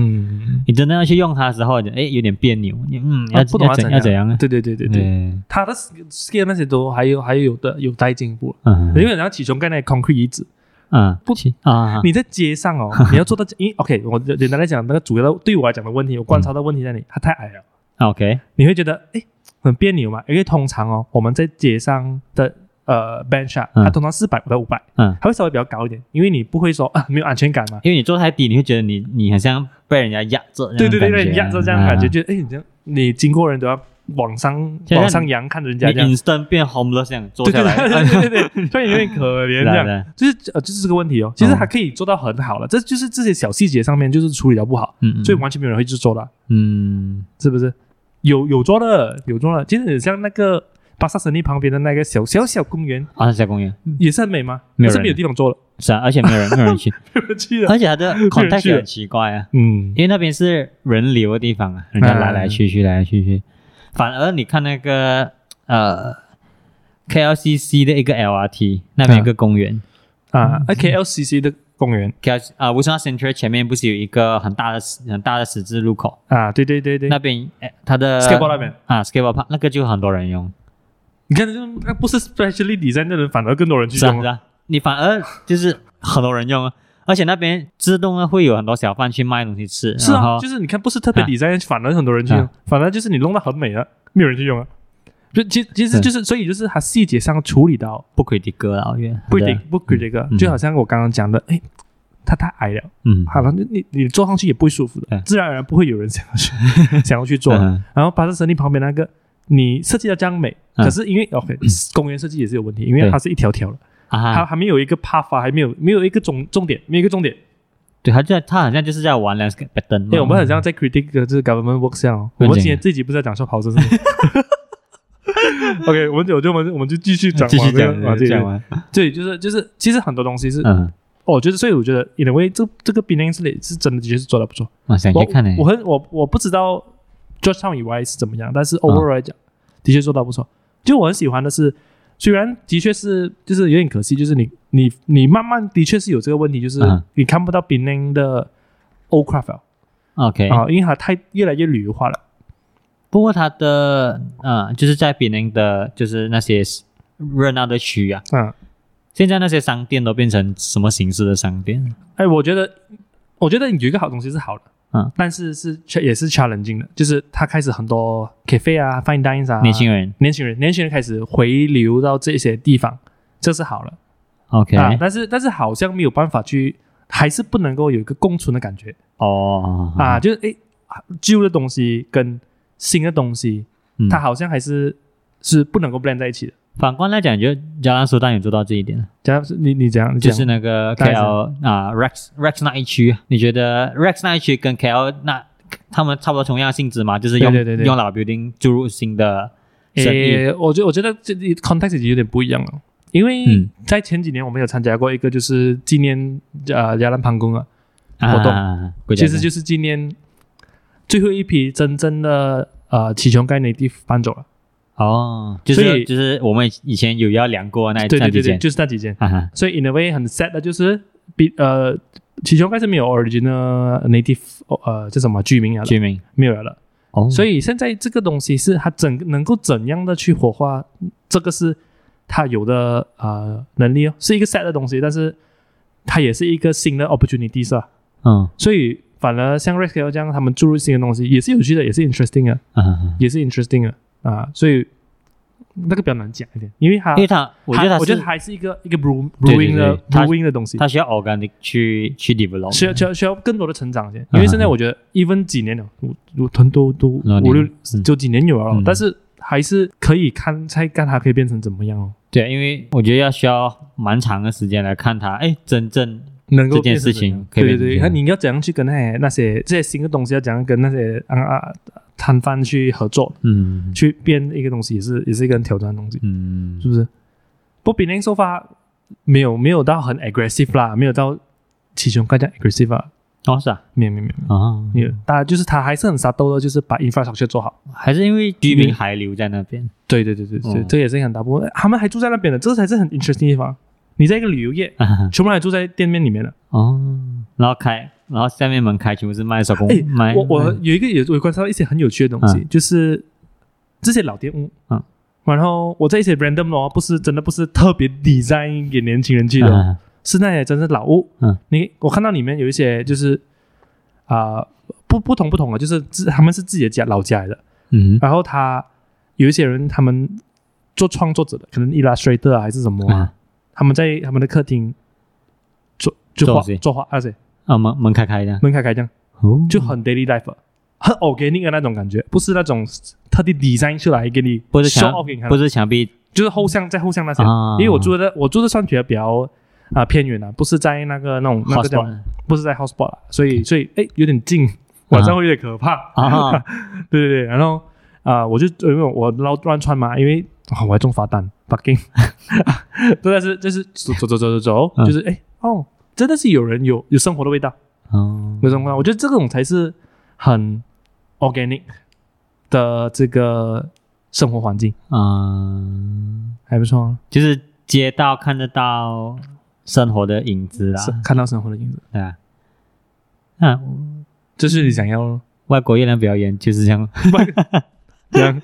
[SPEAKER 1] 嗯
[SPEAKER 2] 你真的要去用它的时候，哎，有点别扭，你嗯，要
[SPEAKER 1] 啊不懂
[SPEAKER 2] 要怎要怎样啊？
[SPEAKER 1] 对对对对对，
[SPEAKER 2] 对，
[SPEAKER 1] 它的 scale 那些都还有还有的有待进步，
[SPEAKER 2] 嗯，
[SPEAKER 1] 因为人家起床盖那 concrete 遗址，
[SPEAKER 2] 嗯
[SPEAKER 1] 哎不
[SPEAKER 2] 去啊，
[SPEAKER 1] 你在街上哦，你要做到，因为 OK，我简单来讲，那个主要的对我来讲的问题，我观察到问题在哪里，它太矮了，
[SPEAKER 2] 啊 OK，
[SPEAKER 1] 你会觉得诶很别扭嘛，因为通常哦，我们在街上的呃 bench 啊，
[SPEAKER 2] 嗯
[SPEAKER 1] 它通常四百到五百，
[SPEAKER 2] 嗯，
[SPEAKER 1] 它会稍微比较高一点，因为你不会说啊没有安全感嘛，
[SPEAKER 2] 因为你坐太低，你会觉得你你好像被人家压着那种感觉啊，
[SPEAKER 1] 对对对对，你压着这样的感觉，
[SPEAKER 2] 啊
[SPEAKER 1] 就诶，你这样你经过人都要往上
[SPEAKER 2] 现在
[SPEAKER 1] 往上扬看着人家这样
[SPEAKER 2] 你，instant 变 homeless 这样坐
[SPEAKER 1] 对
[SPEAKER 2] 下
[SPEAKER 1] 对
[SPEAKER 2] 来，
[SPEAKER 1] 对对对对，所以有点可怜
[SPEAKER 2] 是
[SPEAKER 1] 这
[SPEAKER 2] 啊
[SPEAKER 1] 样
[SPEAKER 2] 是。啊
[SPEAKER 1] 就是呃，就是这个问题哦。其实还可以做到很好了，这就是这些小细节上面就是处理到不好，
[SPEAKER 2] 嗯，嗯
[SPEAKER 1] 所以完全没有人会去做的啊，
[SPEAKER 2] 嗯
[SPEAKER 1] 是不是？有有做的，有做的。其实很像那个巴萨神力旁边的那个小小小公园，
[SPEAKER 2] 啊，在公园
[SPEAKER 1] 也是很美吗？
[SPEAKER 2] 没有人
[SPEAKER 1] 可嗯是没有地方做了，
[SPEAKER 2] 是啊，而且没有人没有人去，
[SPEAKER 1] 对不起 了。
[SPEAKER 2] 而且它的 context 也很奇怪啊，
[SPEAKER 1] 嗯
[SPEAKER 2] 因为那边是人流的地方啊，人家来来去去，来来去去。反而你看那个呃 KLCC 的一个 LRT 那边有一个公园、
[SPEAKER 1] 啊哎，KLCC 的公园
[SPEAKER 2] k l 啊吴双 Central 前面不是有一个很大的十很大的十字路口，
[SPEAKER 1] 啊，对对对对
[SPEAKER 2] 那边哎它的
[SPEAKER 1] ，skateboard 那边，
[SPEAKER 2] 啊 skateboard park 那个就很多人用，
[SPEAKER 1] 你看这那不是 specially design 的人，反而更多人去
[SPEAKER 2] 是啊
[SPEAKER 1] 用
[SPEAKER 2] 是
[SPEAKER 1] 了。
[SPEAKER 2] 啊，你反而就是很多人用啊。而且那边自动啊呢会有很多小贩去卖东西吃，
[SPEAKER 1] 是
[SPEAKER 2] 然
[SPEAKER 1] 啊，
[SPEAKER 2] 后
[SPEAKER 1] 就是你看，不是特别
[SPEAKER 2] 啊
[SPEAKER 1] design，反而很多人去用
[SPEAKER 2] 啊，
[SPEAKER 1] 反而就是你弄得很美了，没有人去用啊。嗯就其其实
[SPEAKER 2] 对
[SPEAKER 1] 就是，所以就是它细节上处理到
[SPEAKER 2] 不亏的歌啊，我觉得
[SPEAKER 1] 不一定，不 critical，、
[SPEAKER 2] 嗯
[SPEAKER 1] 就好像我刚刚讲的，哎，它太矮了，
[SPEAKER 2] 嗯，
[SPEAKER 1] 好了，你你坐上去也不会舒服的
[SPEAKER 2] 对，
[SPEAKER 1] 自然而然不会有人想要去想要去 做。
[SPEAKER 2] 嗯
[SPEAKER 1] 然后巴士神力旁边那个，你设计的这样美，
[SPEAKER 2] 嗯
[SPEAKER 1] 可是因为 OK 公园设计也是有问题，因为
[SPEAKER 2] 对
[SPEAKER 1] 它是一条条的，它
[SPEAKER 2] 啊，
[SPEAKER 1] 还没有一个 path，啊还没有没有一个重重点，没有一个重点。哎
[SPEAKER 2] 对，他就他好像就是在玩 landscape pattern 嘛。
[SPEAKER 1] 因为我们很像在 critic 就是 government work 上哦，我们
[SPEAKER 2] 文件
[SPEAKER 1] 今天这集不是在讲说跑车是吗 ？OK，我们就我就我们我们就继续讲
[SPEAKER 2] 继续
[SPEAKER 1] 往这个
[SPEAKER 2] 讲
[SPEAKER 1] 往
[SPEAKER 2] 继
[SPEAKER 1] 这
[SPEAKER 2] 续
[SPEAKER 1] 个
[SPEAKER 2] 讲完，
[SPEAKER 1] 对，就是就是，其实很多东西是哦
[SPEAKER 2] 嗯，
[SPEAKER 1] 我觉得，所以我觉得 in a way 这这个 Penang 这里是真的，的确是做的不错。
[SPEAKER 2] 我想
[SPEAKER 1] 我
[SPEAKER 2] 去看呢
[SPEAKER 1] 我。很我我不知道 Georgetown 以外是怎么样，但是 overall
[SPEAKER 2] 啊
[SPEAKER 1] 来讲，的确做到不错。就我很喜欢的是，虽然的确是就是有点可惜，就是你你你慢慢的确是有这个问题，就是
[SPEAKER 2] 嗯
[SPEAKER 1] 你看不到 Penang 的 old craft 了
[SPEAKER 2] OK，
[SPEAKER 1] 啊，因为它太越来越旅游化了。
[SPEAKER 2] 不过他的呃，就是在比邻的，就是那些热闹的区啊，
[SPEAKER 1] 嗯，
[SPEAKER 2] 现在那些商店都变成什么形式的商店？
[SPEAKER 1] 哎，我觉得我觉得有一个好东西是好的。
[SPEAKER 2] 嗯，
[SPEAKER 1] 但是是也是 challenging 的，就是它开始很多 cafe 啊、fine dining 啊，
[SPEAKER 2] 年轻人
[SPEAKER 1] 年轻人，年轻人开始回流到这些地方，这是好了
[SPEAKER 2] ，OK，
[SPEAKER 1] 啊。但是但是好像没有办法去，还是不能够有一个共存的感觉
[SPEAKER 2] 哦，
[SPEAKER 1] 啊。就是诶，旧的东西跟新的东西，
[SPEAKER 2] 嗯
[SPEAKER 1] 它好像还是是不能够 blend 在一起的。
[SPEAKER 2] 反观来讲，就加兰苏丹有做到这一点了，
[SPEAKER 1] 这样你你讲，你讲
[SPEAKER 2] 就是那个
[SPEAKER 1] 大概是
[SPEAKER 2] KL 啊，Rex Rex 那一区，你觉得 Rex 那一区跟 KL 那他们差不多同样性质嘛？就是用
[SPEAKER 1] 对对对对
[SPEAKER 2] 用老 building 注入新的生意，
[SPEAKER 1] 诶，我觉我觉得这 context 已经有点不一样了，因为
[SPEAKER 2] 嗯
[SPEAKER 1] 在前几年我们有参加过一个就是纪念呃亚兰旁宫啊，活动
[SPEAKER 2] 啊，国家
[SPEAKER 1] 其实
[SPEAKER 2] 的
[SPEAKER 1] 就是今年最后一批真正的呃起琼盖内地搬走了。
[SPEAKER 2] 哦，就
[SPEAKER 1] 所以
[SPEAKER 2] 是就是我们以前有要量过那一
[SPEAKER 1] 对
[SPEAKER 2] 那
[SPEAKER 1] 对对
[SPEAKER 2] 几
[SPEAKER 1] 对，
[SPEAKER 2] 间，
[SPEAKER 1] 就是那几间。
[SPEAKER 2] 啊哈哈，
[SPEAKER 1] 所以 in a way 很 sad 的就是，比呃，其中开始没有 original native 呃叫什么居民啊，
[SPEAKER 2] 居民
[SPEAKER 1] 没有了的。
[SPEAKER 2] 哦，
[SPEAKER 1] 所
[SPEAKER 2] 以
[SPEAKER 1] 以现在这个东西是它怎能够怎样的去活化，这个是它有的呃能力哦，是一个 sad 的东西，但是它也是一个新的 opportunity 是吧？
[SPEAKER 2] 嗯
[SPEAKER 1] 所以反而像 r e s c u e 这样，他们注入新的东西也是有趣的，也是 interesting 的，
[SPEAKER 2] 啊，哈
[SPEAKER 1] 也是 interesting 的啊，所以那个比较难讲一点，因为它
[SPEAKER 2] 因为他我觉得
[SPEAKER 1] 我
[SPEAKER 2] 他
[SPEAKER 1] 觉得
[SPEAKER 2] 是
[SPEAKER 1] 还是一个一个 brew
[SPEAKER 2] 对对
[SPEAKER 1] brewing 的
[SPEAKER 2] 对它
[SPEAKER 1] brewing 的东西，
[SPEAKER 2] 他需要 organic 去去 develop，
[SPEAKER 1] 需要需要需要更多的成长先，因为现在我觉得 even 几年了，我我团都都
[SPEAKER 2] 嗯那你
[SPEAKER 1] 五六
[SPEAKER 2] 嗯
[SPEAKER 1] 就几年有了，
[SPEAKER 2] 嗯
[SPEAKER 1] 但是还是可以看再看它可以变成怎么样哦，
[SPEAKER 2] 对，因为我觉得要需要蛮长的时间来看他，哎，真正
[SPEAKER 1] 能够
[SPEAKER 2] 这件
[SPEAKER 1] 变成
[SPEAKER 2] 事情
[SPEAKER 1] 怎样
[SPEAKER 2] 可以
[SPEAKER 1] 对
[SPEAKER 2] 变成
[SPEAKER 1] 对
[SPEAKER 2] 这
[SPEAKER 1] 对，
[SPEAKER 2] 样
[SPEAKER 1] 那你要怎样去跟那些那些这些新的东西要怎样跟那些啊啊摊贩去合作，
[SPEAKER 2] 嗯
[SPEAKER 1] 去变一个东西也是也是一个很挑战的东西，
[SPEAKER 2] 嗯
[SPEAKER 1] 是不是？不比零手法没有没有到很 aggressive 啦，没有到起雄刚讲 aggressive 啊，
[SPEAKER 2] 哦，是啊，
[SPEAKER 1] 没有没有没有
[SPEAKER 2] 哦，
[SPEAKER 1] 没有，大家就是他还是很沙兜的，就是把 infrastructure 做好。
[SPEAKER 2] 还是因为居民还留在那边，
[SPEAKER 1] 对对对对对，
[SPEAKER 2] 哦
[SPEAKER 1] 这也是一个很大部分，他们还住在那边的，这才是很 interesting 的地方。你在一个旅游业，
[SPEAKER 2] 啊
[SPEAKER 1] 全部人还住在店面里面的。
[SPEAKER 2] 哦，然后开，然后下面门开全部是卖手工
[SPEAKER 1] 哎，
[SPEAKER 2] 卖，
[SPEAKER 1] 我我
[SPEAKER 2] 卖
[SPEAKER 1] 有一个也我观察到一些很有趣的东西，就是这些老店屋，
[SPEAKER 2] 嗯，
[SPEAKER 1] 然后我在一些 random 哦，不是真的不是特别 design 给年轻人去的，
[SPEAKER 2] 啊
[SPEAKER 1] 是那些真是老屋，
[SPEAKER 2] 嗯，
[SPEAKER 1] 你我看到里面有一些就是啊、不不同不同的，就是自他们是自己的家老家来的，
[SPEAKER 2] 嗯
[SPEAKER 1] 然后他有一些人他们做创作者的，可能 illustrator 啊还是什么啊，
[SPEAKER 2] 啊
[SPEAKER 1] 他们在他们的客厅做就
[SPEAKER 2] 做
[SPEAKER 1] 画
[SPEAKER 2] 东西
[SPEAKER 1] 做画而且
[SPEAKER 2] 啊门门开开的，
[SPEAKER 1] 门开开这样。
[SPEAKER 2] 哦
[SPEAKER 1] 就很 daily life，了很 organic 的那种感觉，不是那种特地 design 出来给你，
[SPEAKER 2] 不是
[SPEAKER 1] show
[SPEAKER 2] 墙
[SPEAKER 1] off 给你看
[SPEAKER 2] 不，是墙壁
[SPEAKER 1] 就是后巷在后巷那些。
[SPEAKER 2] 啊，
[SPEAKER 1] 因为我住的我住的算比较比较啊、偏远啊，不是在那个那种那个叫
[SPEAKER 2] hotspot
[SPEAKER 1] 不是在 hotspot 啊，所以所以哎有点近，晚上会有点可怕。
[SPEAKER 2] 啊，
[SPEAKER 1] 对对对，然后啊、我就因为我捞乱窜嘛，因为、啊我还中罚单，fucking，真的是就是走走走走走走，
[SPEAKER 2] 嗯
[SPEAKER 1] 就是哎哦，真的是有人有有生活的味道。
[SPEAKER 2] 哦
[SPEAKER 1] 有什么？我觉得这种才是很 organic 的这个生活环境，
[SPEAKER 2] 啊，
[SPEAKER 1] 还不错啊、
[SPEAKER 2] 就是街道看得到生活的影子啦，
[SPEAKER 1] 是看到生活的影子，
[SPEAKER 2] 对啊，啊，
[SPEAKER 1] 这是你想要 咯
[SPEAKER 2] 外国月亮表演就是 这样。
[SPEAKER 1] 这样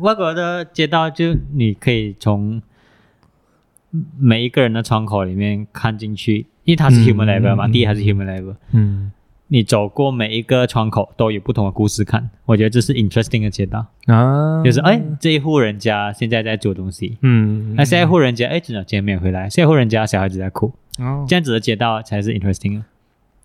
[SPEAKER 2] 外国的街道就你可以从每一个人的窗口里面看进去，因为它是
[SPEAKER 1] 嗯
[SPEAKER 2] human level 嘛，
[SPEAKER 1] 嗯
[SPEAKER 2] 第一还是 human level。
[SPEAKER 1] 嗯
[SPEAKER 2] 你走过每一个窗口都有不同的故事看，我觉得这是 interesting 的街道，
[SPEAKER 1] 啊，
[SPEAKER 2] 就是哎，这一户人家现在在做东西，
[SPEAKER 1] 嗯，
[SPEAKER 2] 那下一户人家哎，正好见面回来，下一户人家小孩子在哭，
[SPEAKER 1] 哦
[SPEAKER 2] 这样子的街道才是 interesting 啊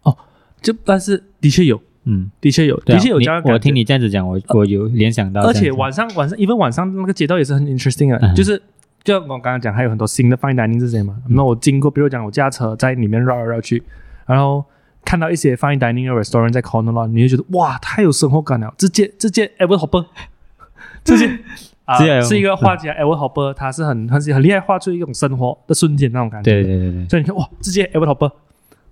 [SPEAKER 2] 的。
[SPEAKER 1] 就但是的确有，
[SPEAKER 2] 嗯，
[SPEAKER 1] 的确有，
[SPEAKER 2] 对啊
[SPEAKER 1] 的确有
[SPEAKER 2] 你
[SPEAKER 1] 这样的
[SPEAKER 2] 我
[SPEAKER 1] 感觉
[SPEAKER 2] 听。你这样子讲，我我有联想到这
[SPEAKER 1] 而
[SPEAKER 2] 样子，
[SPEAKER 1] 且晚上晚上，因为晚上那个街道也是很 interesting
[SPEAKER 2] 嗯嗯
[SPEAKER 1] 啊，就是就像我刚刚讲，还有很多新的 fine dining 是谁嘛？那我经过，比如讲我驾车在里面绕来绕去，然后看到一些 fine dining 的 restaurant 在 corner lot，你就觉得哇，太有生活感了！直接直接 Edward Hopper，直接啊、
[SPEAKER 2] 直接嗯
[SPEAKER 1] 是一个画家 Edward Hopper，他是很很很厉害，画出一种生活的瞬间那种感觉。
[SPEAKER 2] 对对对对，
[SPEAKER 1] 所以你看哇，直接 Edward Hopper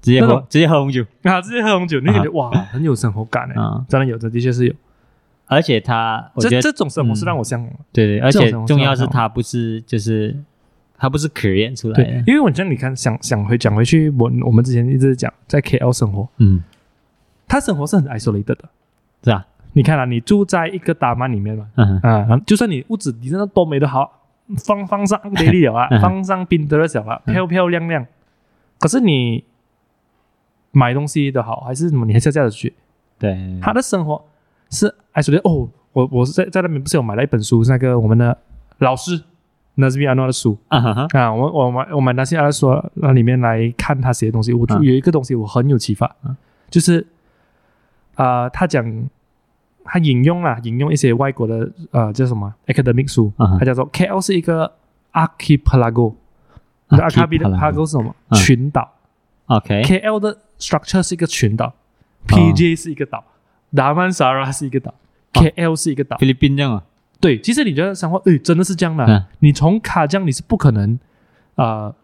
[SPEAKER 2] 直接
[SPEAKER 1] 那
[SPEAKER 2] 喝
[SPEAKER 1] 种
[SPEAKER 2] 直接喝红酒。
[SPEAKER 1] 啊，直接喝红酒，你就觉得、哇，很有生活感哎、
[SPEAKER 2] 啊
[SPEAKER 1] 真的有，这的确是有。
[SPEAKER 2] 而且他，我觉
[SPEAKER 1] 这
[SPEAKER 2] 得
[SPEAKER 1] 这种生活是
[SPEAKER 2] 嗯
[SPEAKER 1] 让我向往的。
[SPEAKER 2] 对对，而
[SPEAKER 1] 这种
[SPEAKER 2] 且
[SPEAKER 1] 东西
[SPEAKER 2] 重要是
[SPEAKER 1] 很好
[SPEAKER 2] 它不是就是它不是 create 出来
[SPEAKER 1] 对
[SPEAKER 2] 的，，
[SPEAKER 1] 因为我觉得你看，想想回讲回去，我我们之前一直讲在 KL 生活，
[SPEAKER 2] 嗯，
[SPEAKER 1] 他生活是很 isolated 的。
[SPEAKER 2] 是吧？
[SPEAKER 1] 你看啊，你住在一个大曼里面嘛，
[SPEAKER 2] 嗯，
[SPEAKER 1] 啊，然后就算你屋子你真的多美的好，放放 上 d a i 了啊，
[SPEAKER 2] 嗯
[SPEAKER 1] 放上 Pinterest 了啊，
[SPEAKER 2] 嗯
[SPEAKER 1] 漂漂亮亮。可是你买东西的好，还是什么？你还是要这样子去。
[SPEAKER 2] 对，
[SPEAKER 1] 他的生活是 isolated。哦，我我是在在那边不是有买了一本书，是那个我们的老师 Nazmi Anwar 的书，
[SPEAKER 2] 啊哈哈，
[SPEAKER 1] 啊，我我买我买那些阿拉说那里面来看他写的东西，我就
[SPEAKER 2] 嗯
[SPEAKER 1] 有一个东西我很有启发，
[SPEAKER 2] 嗯
[SPEAKER 1] 就是啊、呃他讲他引用啦，引用一些外国的呃叫什么 academic 书，
[SPEAKER 2] 嗯哼
[SPEAKER 1] 他叫做 KL 是一个 archipelago，你知道 archipelago 是什么？
[SPEAKER 2] 嗯
[SPEAKER 1] 群岛。
[SPEAKER 2] OK，
[SPEAKER 1] KL 的 structure 是一个群
[SPEAKER 2] 哦
[SPEAKER 1] 岛，PJ 是一个岛，达曼萨拉是一个岛，KL
[SPEAKER 2] 哦
[SPEAKER 1] 是一个岛。
[SPEAKER 2] 菲律宾这样啊，
[SPEAKER 1] 对，其实你觉得生活，诶，真的是这样的啊、
[SPEAKER 2] 嗯
[SPEAKER 1] 你从卡江你是不可能啊、呃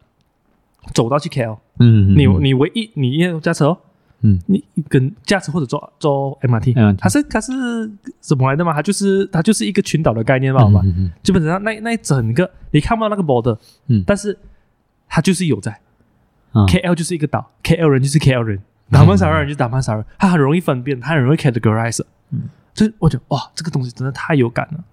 [SPEAKER 1] 走到去 KL，
[SPEAKER 2] 嗯，
[SPEAKER 1] 你
[SPEAKER 2] 嗯
[SPEAKER 1] 你唯一你一定要驾车哦，
[SPEAKER 2] 嗯，
[SPEAKER 1] 你跟驾车或者坐坐 MRT，
[SPEAKER 2] MRT
[SPEAKER 1] 它是它是怎么来的嘛？它就是它就是一个群岛的概念嘛，好
[SPEAKER 2] 嗯
[SPEAKER 1] 吧？
[SPEAKER 2] 嗯嗯
[SPEAKER 1] 基本上那那一整个你看不到那个 border，
[SPEAKER 2] 嗯
[SPEAKER 1] 但是它就是有在、
[SPEAKER 2] 嗯
[SPEAKER 1] KL 就是一个岛，KL 人就是 KL 人，达曼萨人就是达曼萨人，它很容易分辨，它很容易 categorize，
[SPEAKER 2] 嗯
[SPEAKER 1] 所以我觉得哇，这个东西真的太有感了，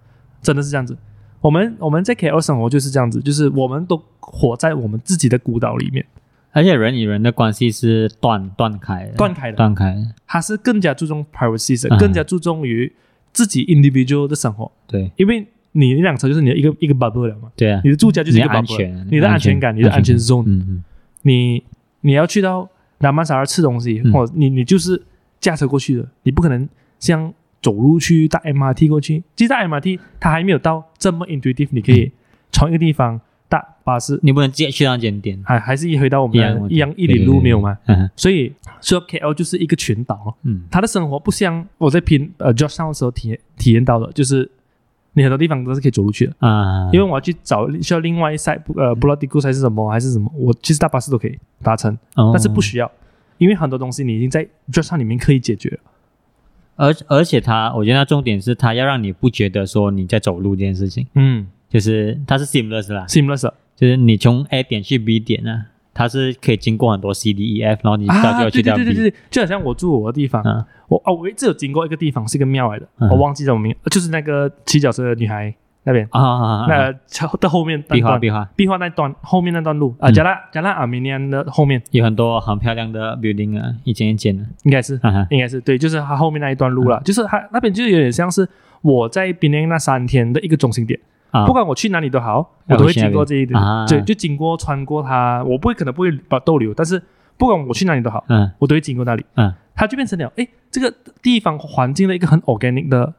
[SPEAKER 1] 真的是这样子。我们我们在 KL 生活就是这样子，就是我们都活在我们自己的孤岛里面，
[SPEAKER 2] 而且人与人的关系是断断开的，
[SPEAKER 1] 断开的
[SPEAKER 2] 断开的，
[SPEAKER 1] 它是更加注重 privacy 的，
[SPEAKER 2] 嗯
[SPEAKER 1] 更加注重于自己 individual 的生活，
[SPEAKER 2] 对
[SPEAKER 1] 因为你那辆车就是你的一个一个 bubble 了嘛，
[SPEAKER 2] 对啊
[SPEAKER 1] 你，的住家就是一个
[SPEAKER 2] 你的安
[SPEAKER 1] bubble，
[SPEAKER 2] 全
[SPEAKER 1] 你的安全感，你的安全
[SPEAKER 2] 安
[SPEAKER 1] zone，
[SPEAKER 2] 嗯嗯
[SPEAKER 1] 你你要去到南曼萨尔吃东西，
[SPEAKER 2] 嗯
[SPEAKER 1] 或者你你就是驾车过去的，你不可能像走路去搭 MRT 过去。其实搭 MRT 它还没有到这么 intuitive，你可
[SPEAKER 2] 嗯
[SPEAKER 1] 以从一个地方搭巴士，
[SPEAKER 2] 你不能直接去到间店，
[SPEAKER 1] 还还是一回到我们
[SPEAKER 2] 一样
[SPEAKER 1] 的
[SPEAKER 2] 问
[SPEAKER 1] 一
[SPEAKER 2] 题
[SPEAKER 1] 样一里路没有吗？？
[SPEAKER 2] 对对对嗯
[SPEAKER 1] 所以说 KL 就是一个群岛哦，
[SPEAKER 2] 嗯
[SPEAKER 1] 他的生活不像我在拼呃 j o s h 的时候体体验到的，就是你很多地方都是可以走路去的。
[SPEAKER 2] 啊，
[SPEAKER 1] 因为我要去找需要另外一塞呃布拉迪库还是什么还是什么，我其实搭巴士都可以达成，
[SPEAKER 2] 哦
[SPEAKER 1] 但是不需要。因为很多东西你已经在 j o s 上里面可以解决了。
[SPEAKER 2] 而而且他，我觉得他重点是他要让你不觉得说你在走路这件事情，
[SPEAKER 1] 嗯
[SPEAKER 2] 就是它是 seamless 啦，
[SPEAKER 1] ，seamless
[SPEAKER 2] 就是你从 A 点去 B 点呢、它是可以经过很多 C D E F，然后你到
[SPEAKER 1] 啊，
[SPEAKER 2] 最后
[SPEAKER 1] 对
[SPEAKER 2] 去
[SPEAKER 1] 对
[SPEAKER 2] 掉 B。
[SPEAKER 1] 对对对，就好像我住我的地方，
[SPEAKER 2] 嗯
[SPEAKER 1] 我哦，我一直有经过一个地方是个庙来的，
[SPEAKER 2] 嗯
[SPEAKER 1] 我忘记叫什么名，呃就是那个骑脚车的女孩那边，
[SPEAKER 2] 啊啊啊！啊
[SPEAKER 1] 那桥的后面那
[SPEAKER 2] 壁画
[SPEAKER 1] 段
[SPEAKER 2] 壁画
[SPEAKER 1] 壁画那段后面那段路啊，
[SPEAKER 2] 嗯
[SPEAKER 1] 加拉加拉阿米尼安的后面
[SPEAKER 2] 有很多很漂亮的 building 啊，一间一间的。啊
[SPEAKER 1] 应该是
[SPEAKER 2] 哈哈，
[SPEAKER 1] 应该是对，就是它后面那一段
[SPEAKER 2] 嗯
[SPEAKER 1] 路啦，就是它那边就有点像是我在槟城那三天的一个中心点，
[SPEAKER 2] 啊
[SPEAKER 1] 不管我去哪里都好，
[SPEAKER 2] 要
[SPEAKER 1] 我都会
[SPEAKER 2] 去
[SPEAKER 1] 经
[SPEAKER 2] 那边
[SPEAKER 1] 过这一点
[SPEAKER 2] 啊，
[SPEAKER 1] 对，就经过穿过它，我不会可能不会把逗留，但是不管我去哪里都好，
[SPEAKER 2] 嗯
[SPEAKER 1] 我都会经过那里，
[SPEAKER 2] 嗯，
[SPEAKER 1] 它就变成了哎这个地方环境的一个很 organic 的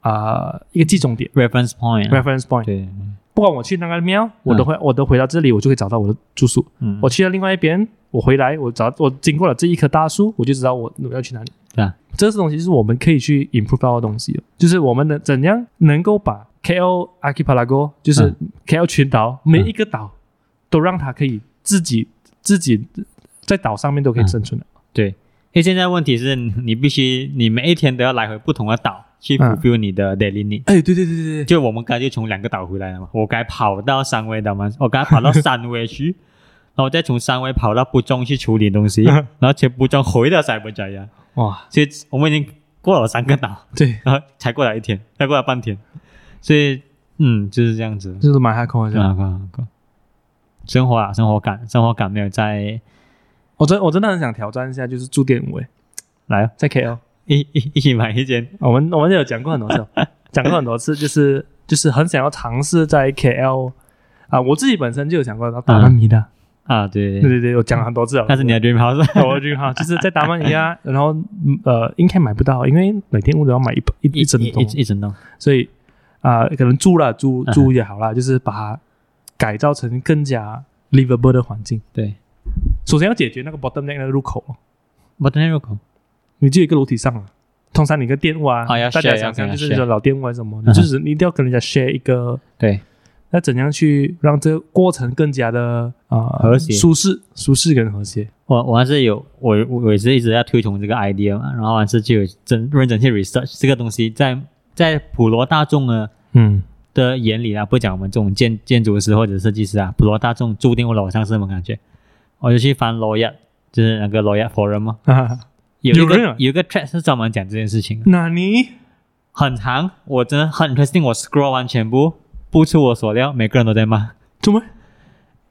[SPEAKER 1] 啊、一个集中点。
[SPEAKER 2] reference point 啊。
[SPEAKER 1] reference point，
[SPEAKER 2] 对，
[SPEAKER 1] 不管我去那个庙，我都会，我都回到这里，我就可以找到我的住宿。
[SPEAKER 2] 嗯，
[SPEAKER 1] 我去到另外一边，我回来，我找我经过了这一棵大树，我就知道我我要去哪里。
[SPEAKER 2] 对啊，
[SPEAKER 1] 这是东西是我们可以去 improve 到的东西的，哦就是我们能怎样能够把 KL archipelago，就是 KL 群岛、每一个岛都让它可以自己自己在岛上面都可以生存的。
[SPEAKER 2] 对，因为现在问题是你你必须你每一天都要来回不同的岛去
[SPEAKER 1] 嗯
[SPEAKER 2] fulfill 你的 daily need。
[SPEAKER 1] 哎，对对对对对，
[SPEAKER 2] 就我们刚才就从两个岛回来了嘛，我该跑到三威岛嘛，我该跑到三威去，然后再从三威跑到不中去处理东西，然后从不中回到塞伯加亚，
[SPEAKER 1] 哇，
[SPEAKER 2] 啊所以我们已经过了三个岛，
[SPEAKER 1] 对，
[SPEAKER 2] 然后才过来一天，才过来半天，所以嗯就是这样子，
[SPEAKER 1] 这是蛮 high 空的。
[SPEAKER 2] 啊啊啊！生活啊，生活感，生活感没有在
[SPEAKER 1] 我真我真的很想挑战一下，就是住店尾，
[SPEAKER 2] 来
[SPEAKER 1] 在 KL。
[SPEAKER 2] 一一一起买一间
[SPEAKER 1] 我们我们有讲过很多 次哦，讲过很多次，就是就是很想要尝试在 KL 啊，我自己本身就有想过达曼尼的，
[SPEAKER 2] 啊，对
[SPEAKER 1] 对，对对，我讲了很多次了。
[SPEAKER 2] 那是你的 dream house
[SPEAKER 1] 我句哈，就是在达曼尼亚，然后嗯呃，应该买不到，因为每天我都要买一一 一整栋
[SPEAKER 2] 一，一一整栋，
[SPEAKER 1] 所以啊、可能住了住
[SPEAKER 2] 嗯
[SPEAKER 1] 住也好啦，就是把它改造成更加 livable 的环境。
[SPEAKER 2] 对，
[SPEAKER 1] 首先要解决那个 bottom neck 那个入口哦，
[SPEAKER 2] 我的那入口
[SPEAKER 1] 你就有一个楼梯上了。通常你个店屋啊，
[SPEAKER 2] 哦要
[SPEAKER 1] 大家
[SPEAKER 2] share，
[SPEAKER 1] 想象
[SPEAKER 2] 要跟人
[SPEAKER 1] 就
[SPEAKER 2] 家
[SPEAKER 1] 是那种老店屋还是什么，
[SPEAKER 2] 嗯
[SPEAKER 1] 你
[SPEAKER 2] 哼
[SPEAKER 1] 就是你一定要跟人家 share 一个
[SPEAKER 2] 对
[SPEAKER 1] 那怎样去让这个过程更加的啊、呃
[SPEAKER 2] 和谐
[SPEAKER 1] 舒适、舒适跟和谐？
[SPEAKER 2] 我我还是有我我我也是一直在推崇这个 idea 嘛，然后还是就有真认真去 research 这个东西在在普罗大众呢
[SPEAKER 1] 嗯，
[SPEAKER 2] 的眼里啊，不讲我们这种建建筑师或者设计师啊，普罗大众注定会裸上身嘛感觉，我就去翻 lawyer，就是那个 lawyer forum 嘛，
[SPEAKER 1] 哈哈，
[SPEAKER 2] 有一
[SPEAKER 1] 有人
[SPEAKER 2] 个
[SPEAKER 1] 啊
[SPEAKER 2] 有一个 track 是专门讲这件事情的，
[SPEAKER 1] 那你
[SPEAKER 2] 很长，我真的很 interesting，我 scroll 完全部不出我所料，每个人都在骂。
[SPEAKER 1] 怎 么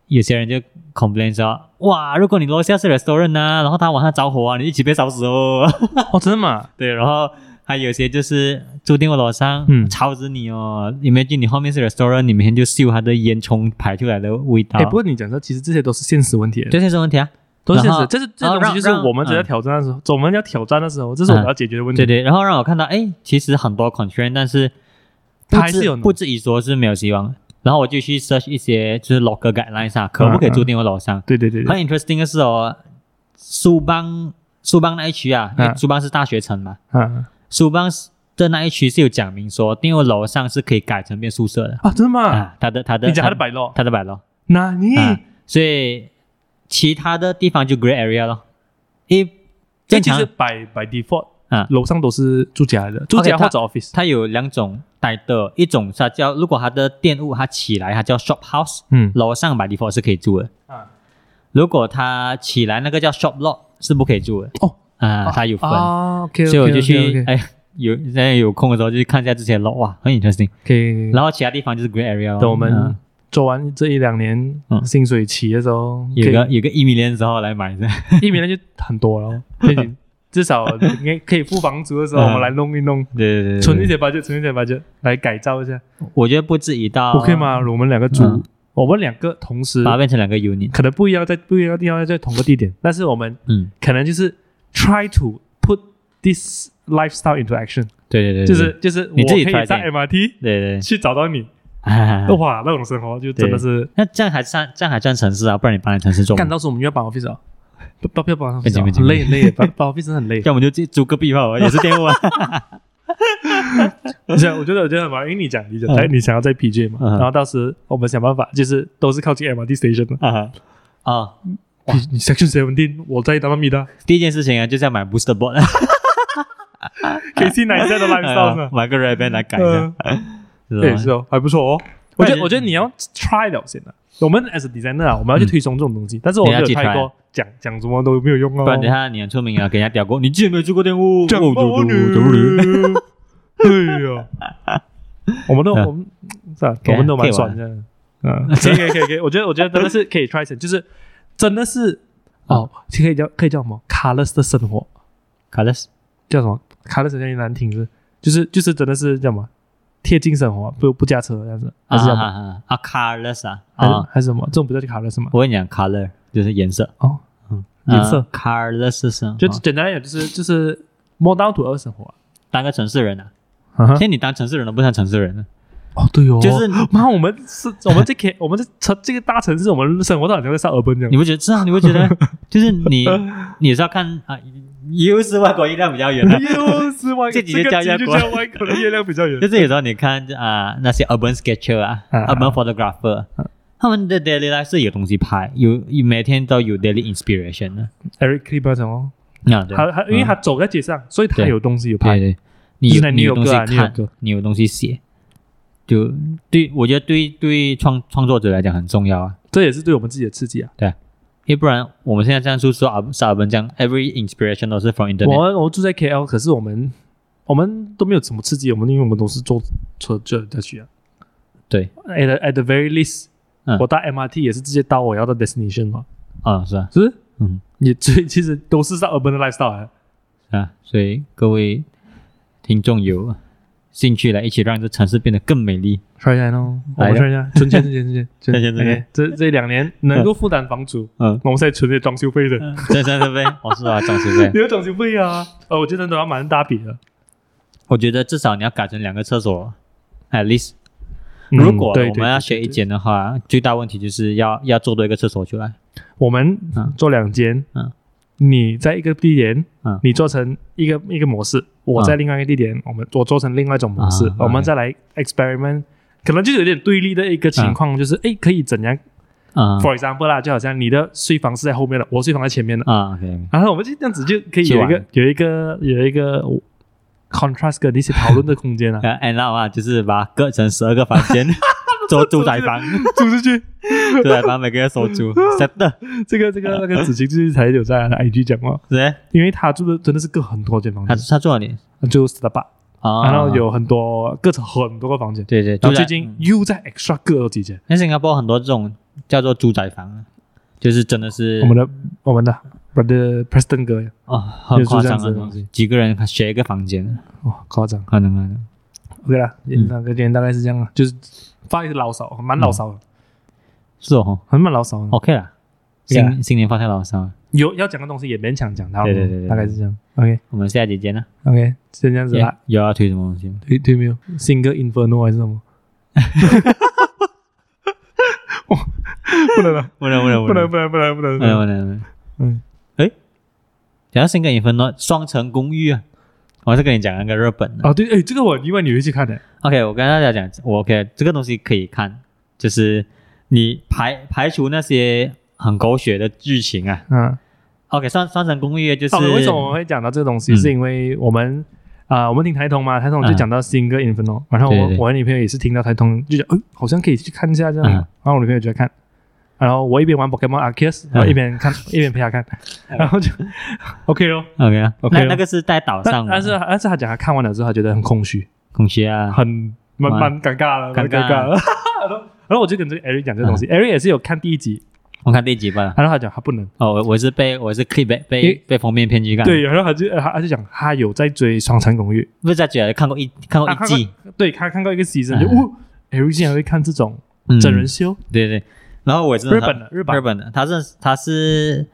[SPEAKER 2] 有些人就 complain 说，哇，如果你楼下是 restaurant 呐、然后他晚上着火啊，你一起被烧死哦。
[SPEAKER 1] 哦，真的吗？
[SPEAKER 2] 对，然后还有些就是注定我楼上，
[SPEAKER 1] 嗯
[SPEAKER 2] 吵死你哦。imagine 你后面是 restaurant，你每天就嗅它的烟囱排出来的味道。
[SPEAKER 1] 哎、不过你讲说，其实这些都是现实问题来的，
[SPEAKER 2] 对，这是问题啊。
[SPEAKER 1] 都是现
[SPEAKER 2] 然
[SPEAKER 1] 实。
[SPEAKER 2] 后
[SPEAKER 1] 这是这
[SPEAKER 2] 然后
[SPEAKER 1] 东西
[SPEAKER 2] 让
[SPEAKER 1] 就是
[SPEAKER 2] 让嗯
[SPEAKER 1] 我们只在挑战的时候，我们要挑战的时候，这是我们要解决的问题。
[SPEAKER 2] 对对，然后让我看到，哎，其实很多 constraint，但是不
[SPEAKER 1] 它还
[SPEAKER 2] 至
[SPEAKER 1] 是有
[SPEAKER 2] 不至于说是没有希望的。然后我就去 search 一些就是 local guidelines 啊，可不可以
[SPEAKER 1] 嗯嗯
[SPEAKER 2] 注定我楼上？
[SPEAKER 1] 对对对对
[SPEAKER 2] 很 interesting 的是哦，苏邦苏邦那一区啊，因为
[SPEAKER 1] 嗯
[SPEAKER 2] 苏邦是大学城嘛，
[SPEAKER 1] 啊
[SPEAKER 2] 苏邦的那一区是有讲明说，订位楼上是可以改成变宿舍的
[SPEAKER 1] 啊，真的吗？
[SPEAKER 2] 啊，它的它的嗯
[SPEAKER 1] 你讲他的嗯
[SPEAKER 2] 它
[SPEAKER 1] 百乐，
[SPEAKER 2] 它的百楼
[SPEAKER 1] 那你
[SPEAKER 2] 啊，所以其他的地方就 grey area 咯，一
[SPEAKER 1] 这
[SPEAKER 2] 正
[SPEAKER 1] 其
[SPEAKER 2] 常
[SPEAKER 1] 实百百 default
[SPEAKER 2] 啊
[SPEAKER 1] 楼上都是住家来的，住家
[SPEAKER 2] OK，它
[SPEAKER 1] 或者 office。
[SPEAKER 2] 它有两种待的，一种它叫如果它的店务它起来，它叫 shop house，
[SPEAKER 1] 嗯
[SPEAKER 2] 楼上 by default 是可以住的，
[SPEAKER 1] 啊
[SPEAKER 2] 如果它起来那个叫 shop lot 是不可以住的
[SPEAKER 1] 哦
[SPEAKER 2] 啊，它有分。
[SPEAKER 1] 啊，OK，
[SPEAKER 2] 所以我就去哎，有现在有空的时候就去看一下之前的 log，哇，很 interesting。
[SPEAKER 1] OK，
[SPEAKER 2] 然后其他地方就是 grey area，哦
[SPEAKER 1] 等我们
[SPEAKER 2] 嗯
[SPEAKER 1] 做完这一两年
[SPEAKER 2] 嗯
[SPEAKER 1] 薪水期的时候，
[SPEAKER 2] 有
[SPEAKER 1] 可以
[SPEAKER 2] 个有个一米连之后来买的，
[SPEAKER 1] 一米那就很多了哦，毕竟至少应该可以付房租的时候，
[SPEAKER 2] 嗯
[SPEAKER 1] 我们来弄一弄，
[SPEAKER 2] 对对对
[SPEAKER 1] 存一，些 budget，存一些 budget 来改造一下
[SPEAKER 2] 我觉得不至于到
[SPEAKER 1] ，OK？吗？我们两个租
[SPEAKER 2] 啊嗯，
[SPEAKER 1] 我们两个同时
[SPEAKER 2] 把它变成两个 unit，
[SPEAKER 1] 可能不一样，在不一样的地方，在同个地点，但是我们
[SPEAKER 2] 嗯，
[SPEAKER 1] 可能就是 try to put this lifestyle into action，
[SPEAKER 2] 对对对，
[SPEAKER 1] 就是就是我
[SPEAKER 2] 你自己
[SPEAKER 1] 可以
[SPEAKER 2] try
[SPEAKER 1] 在 MRT
[SPEAKER 2] 对嗯对
[SPEAKER 1] 去找到你，
[SPEAKER 2] 对。
[SPEAKER 1] 哇，那种生活就真的是
[SPEAKER 2] 那这样还算这样还算城市啊？不然你搬来城市做，
[SPEAKER 1] 干到时候我们又要搬 office 啊，不不不要搬 office，
[SPEAKER 2] 不
[SPEAKER 1] 啊
[SPEAKER 2] 行不行
[SPEAKER 1] 很累很累，搬搬 office 真的很累。
[SPEAKER 2] 要么就租租个壁画吧，也是电 话。
[SPEAKER 1] 而且我觉得我觉得嘛，因为你讲你讲，
[SPEAKER 2] 嗯
[SPEAKER 1] 在你想要在 PJ 嘛，
[SPEAKER 2] 嗯
[SPEAKER 1] 然后到时我们想办法，就是都是靠近 MRT station 的，
[SPEAKER 2] 啊，哦，
[SPEAKER 1] 你啊你 Section Seventeen，我在达拉米 达，
[SPEAKER 2] 第一件事情啊，就是要买 booster board，
[SPEAKER 1] 可以去哪一家的 lifestyle 呢？
[SPEAKER 2] 买个 r a b a n 来改一下
[SPEAKER 1] 啊 嗯，，对，
[SPEAKER 2] 是
[SPEAKER 1] 是
[SPEAKER 2] 吧
[SPEAKER 1] 哦，还不错哦。我觉
[SPEAKER 2] 不然
[SPEAKER 1] 得
[SPEAKER 2] 就
[SPEAKER 1] 我觉得你要 try 了先的。我们 as a designer 啊，我们要去推崇这种东西，但是我
[SPEAKER 2] 嗯你
[SPEAKER 1] 觉
[SPEAKER 2] 要
[SPEAKER 1] 得
[SPEAKER 2] 去
[SPEAKER 1] 太
[SPEAKER 2] try
[SPEAKER 1] 多讲讲什么都没有用哦。
[SPEAKER 2] 不然等一下你很出名啊，给人家屌过，你之前没有住过店屋，
[SPEAKER 1] 讲
[SPEAKER 2] 哦
[SPEAKER 1] 暴
[SPEAKER 2] 嘟
[SPEAKER 1] 女
[SPEAKER 2] 嘟嘟嘟，
[SPEAKER 1] 哎呀，我们都
[SPEAKER 2] 嗯
[SPEAKER 1] 我们是吧？
[SPEAKER 2] 可以
[SPEAKER 1] 我
[SPEAKER 2] 啊
[SPEAKER 1] 们都蛮
[SPEAKER 2] 可以玩
[SPEAKER 1] 爽的，嗯， 可以可以可以可以，我觉得我觉得真的是可以 try 成，就是真的是哦，可以叫可以叫什么 colors 的生活，
[SPEAKER 2] 卡勒斯，
[SPEAKER 1] 叫什么 colors 有点难听是，就是就是真的是叫什么贴近生活，不不驾车这样子，还
[SPEAKER 2] 啊
[SPEAKER 1] 是叫什么？
[SPEAKER 2] 啊啊，colors 啊
[SPEAKER 1] 还是
[SPEAKER 2] 啊，
[SPEAKER 1] 还是什么？这种不叫 colors 吗？
[SPEAKER 2] 我跟你讲，color 就是颜色，
[SPEAKER 1] 哦，颜色
[SPEAKER 2] ，colors 是什么？哦
[SPEAKER 1] 就简单来讲，就是就是 more down to earth 生活
[SPEAKER 2] 当个城市人啊，
[SPEAKER 1] 啊
[SPEAKER 2] 现。在你当城市人都不像城市人了，
[SPEAKER 1] 哦，对哦，
[SPEAKER 2] 就是
[SPEAKER 1] 妈，我们是，我们这 K，我们这城这个 大城市，我们生活到好像在上耳奔这样，
[SPEAKER 2] 你。不觉得？是啊，你会觉得就是你你是要看啊，又是外国月亮比较啊圆的
[SPEAKER 1] 又哦是外，
[SPEAKER 2] 这几天
[SPEAKER 1] 个
[SPEAKER 2] 叫
[SPEAKER 1] 集
[SPEAKER 2] 亚
[SPEAKER 1] 就
[SPEAKER 2] 国
[SPEAKER 1] 叫外国的月亮比 较圆
[SPEAKER 2] 就。是有时候你看啊、那些 urban sketcher 啊
[SPEAKER 1] 啊
[SPEAKER 2] ，urban photographer，、他们的 daily life 是有东西拍，有有每天都有 daily inspiration 的。
[SPEAKER 1] Eric Clapton 哦，
[SPEAKER 2] 啊，对，
[SPEAKER 1] 他他因为他走在街上，所以他
[SPEAKER 2] 对
[SPEAKER 1] 有东西有
[SPEAKER 2] 对
[SPEAKER 1] 拍。
[SPEAKER 2] 对，你
[SPEAKER 1] 就是
[SPEAKER 2] 有
[SPEAKER 1] 在
[SPEAKER 2] 你有
[SPEAKER 1] New
[SPEAKER 2] 东
[SPEAKER 1] York
[SPEAKER 2] 西
[SPEAKER 1] 啊，New
[SPEAKER 2] 看
[SPEAKER 1] York，
[SPEAKER 2] 你有东西写，就对我觉得对对创创作者来讲很重要啊。
[SPEAKER 1] 这也是对我们自己的刺激啊。
[SPEAKER 2] 要不然我们现在这样就说啊，沙尔文这样，every inspiration 都是 from
[SPEAKER 1] 我
[SPEAKER 2] internet。
[SPEAKER 1] 们我们住在 KL，可是我们我们都没有什么刺激，我们因为我们都是坐车就下去啊。
[SPEAKER 2] 对，
[SPEAKER 1] at the- at the very least，、
[SPEAKER 2] 嗯
[SPEAKER 1] 我搭 MRT 也是直接到我要的 destination 嘛，
[SPEAKER 2] 啊，是啊，
[SPEAKER 1] 是不是？
[SPEAKER 2] 嗯，
[SPEAKER 1] 你 最其实都是在 urban 的 lifestyle 啊。
[SPEAKER 2] 是啊，所以各位听众有兴趣来一起让这城市变得更 美丽。
[SPEAKER 1] try 一下咯，我
[SPEAKER 2] 来
[SPEAKER 1] 们
[SPEAKER 2] 嗯
[SPEAKER 1] try
[SPEAKER 2] 哎呀
[SPEAKER 1] 一 下，存钱存钱存钱
[SPEAKER 2] 存 钱存钱
[SPEAKER 1] OK，这这两年能够负担房租，
[SPEAKER 2] 嗯，
[SPEAKER 1] 那我们再存点装修费的，
[SPEAKER 2] 真真是呗，我是啊，总是呗。
[SPEAKER 1] 你有装修费啊？呃，我觉得都要蛮大笔的。
[SPEAKER 2] 我觉得至少你要改成两个厕所，at least。
[SPEAKER 1] 嗯
[SPEAKER 2] 如果
[SPEAKER 1] 对
[SPEAKER 2] 我们要啊学一，
[SPEAKER 1] 对对对
[SPEAKER 2] 间的话，最大问题就是要要做多一个厕所出来。
[SPEAKER 1] 我们
[SPEAKER 2] 嗯
[SPEAKER 1] 做两间，
[SPEAKER 2] 嗯，
[SPEAKER 1] 你在一个地点
[SPEAKER 2] 嗯，
[SPEAKER 1] 你做成一个一个模式，我在另外一个地点，我们我做成另外一种模式
[SPEAKER 2] 啊，
[SPEAKER 1] 我们
[SPEAKER 2] OK
[SPEAKER 1] 再来 experiment。可能就有点对立的一个情况，就是哎，可以怎样
[SPEAKER 2] 啊
[SPEAKER 1] ？For example 啦，就好像你的睡房是在后面的，我睡房在前面的，
[SPEAKER 2] 啊，OK，
[SPEAKER 1] 然后我们就这样子就可以
[SPEAKER 2] 去
[SPEAKER 1] 有一
[SPEAKER 2] 玩
[SPEAKER 1] 个有一个有一个 contrast 跟一些讨论的空 间啊，
[SPEAKER 2] 然后然后啊，就是把它割成十二个房 间，做住宅房，
[SPEAKER 1] 租出去。
[SPEAKER 2] 住宅房每个月收 租，真的，
[SPEAKER 1] 这个这个那个子晴就是才有在他的 IG 讲话，
[SPEAKER 2] 是呗
[SPEAKER 1] 因为他住的真的是个很多间房
[SPEAKER 2] 他
[SPEAKER 1] 间，
[SPEAKER 2] 他做了你
[SPEAKER 1] 就 s t a b
[SPEAKER 2] 嗯啊，
[SPEAKER 1] 然后有很多各种很多个房间，
[SPEAKER 2] 对对，
[SPEAKER 1] 然
[SPEAKER 2] 住
[SPEAKER 1] 后最
[SPEAKER 2] 宅
[SPEAKER 1] 近
[SPEAKER 2] 嗯
[SPEAKER 1] 又在 extra 各有几间。
[SPEAKER 2] 那新加坡很多这种叫做猪仔房，就是真的是
[SPEAKER 1] 我们的我们的 brother Preston 哥，
[SPEAKER 2] 哦，很
[SPEAKER 1] 就是
[SPEAKER 2] 夸
[SPEAKER 1] 这
[SPEAKER 2] 张
[SPEAKER 1] 样子的
[SPEAKER 2] 啊
[SPEAKER 1] 东西，
[SPEAKER 2] 几个人学一个房间，
[SPEAKER 1] 哇，哦夸张。
[SPEAKER 2] 可能可能。
[SPEAKER 1] OK 啦，
[SPEAKER 2] 嗯
[SPEAKER 1] 那个点大概是这样了，就是发一个牢骚，蛮牢骚的，
[SPEAKER 2] 是嗯哦
[SPEAKER 1] 很蛮牢骚的。
[SPEAKER 2] ，OK 啦，
[SPEAKER 1] 对啊
[SPEAKER 2] 新新年发财老啊三，
[SPEAKER 1] 有要讲的东西也勉强讲到，
[SPEAKER 2] 对对对对
[SPEAKER 1] 大概是这样。OK
[SPEAKER 2] 我们下期见啦。
[SPEAKER 1] OK，先这样子啦。
[SPEAKER 2] 有要推什么东西吗？
[SPEAKER 1] 对对没有，Single Inferno 还是什么？哇 不能了，
[SPEAKER 2] 不能不能
[SPEAKER 1] 不能不能不能不能，
[SPEAKER 2] 不能不能。
[SPEAKER 1] 嗯，
[SPEAKER 2] 讲到新跟影分呢，双层公寓啊，我是跟你讲那个日本的。
[SPEAKER 1] 啊对，哎，这个我意外你会去看的，
[SPEAKER 2] OK，我跟大家讲，我 OK 这个东西可以看，就是你排排除那些很狗血的剧情啊。
[SPEAKER 1] 嗯，
[SPEAKER 2] OK，双双层公寓就是
[SPEAKER 1] 好，为什么我们会讲到这个东西？
[SPEAKER 2] 嗯
[SPEAKER 1] 是因为我们啊，我们听台通嘛，台通就讲到 Single Inferno，然后
[SPEAKER 2] 对对
[SPEAKER 1] 我
[SPEAKER 2] 对
[SPEAKER 1] 我和女朋友也是听到台通就讲，哎，好像可以去看一下这样，
[SPEAKER 2] 嗯
[SPEAKER 1] 然后我女朋友就在看。然后我一边玩 Pokemon Arceus，然后
[SPEAKER 2] 嗯
[SPEAKER 1] 一边看， 一边陪她看，然后就 OK 咯。
[SPEAKER 2] OK 啊
[SPEAKER 1] OK
[SPEAKER 2] 那
[SPEAKER 1] 咯
[SPEAKER 2] 那个是在岛
[SPEAKER 1] 但
[SPEAKER 2] 上的，
[SPEAKER 1] 但是但是她讲她看完了之后，她觉得很空虚，
[SPEAKER 2] 空虚啊，
[SPEAKER 1] 很蛮
[SPEAKER 2] 哇
[SPEAKER 1] 蛮尴尬的，蛮
[SPEAKER 2] 尴尬嗯
[SPEAKER 1] 尴尬的。 然后然后我就跟这个 Eric 讲这个东西，Eric 也是有看第一集，
[SPEAKER 2] 我看第几集吧。
[SPEAKER 1] 然后他讲他不能，
[SPEAKER 2] 哦，我我是被我是 clip 被
[SPEAKER 1] 因
[SPEAKER 2] 被
[SPEAKER 1] 为
[SPEAKER 2] 被封面骗去看，，
[SPEAKER 1] 对，然后他就他他就讲他有在追《双城公寓
[SPEAKER 2] 不是在觉得看过一看》，过
[SPEAKER 1] 他
[SPEAKER 2] 哦
[SPEAKER 1] 啊
[SPEAKER 2] 一
[SPEAKER 1] 看过
[SPEAKER 2] 季，
[SPEAKER 1] 对他看过一个 season，
[SPEAKER 2] 嗯
[SPEAKER 1] 就哦，Eric 竟然会看这种
[SPEAKER 2] 嗯
[SPEAKER 1] 真人秀，
[SPEAKER 2] 对对。然后我真的
[SPEAKER 1] 日本的日本
[SPEAKER 2] 日本的，他是他是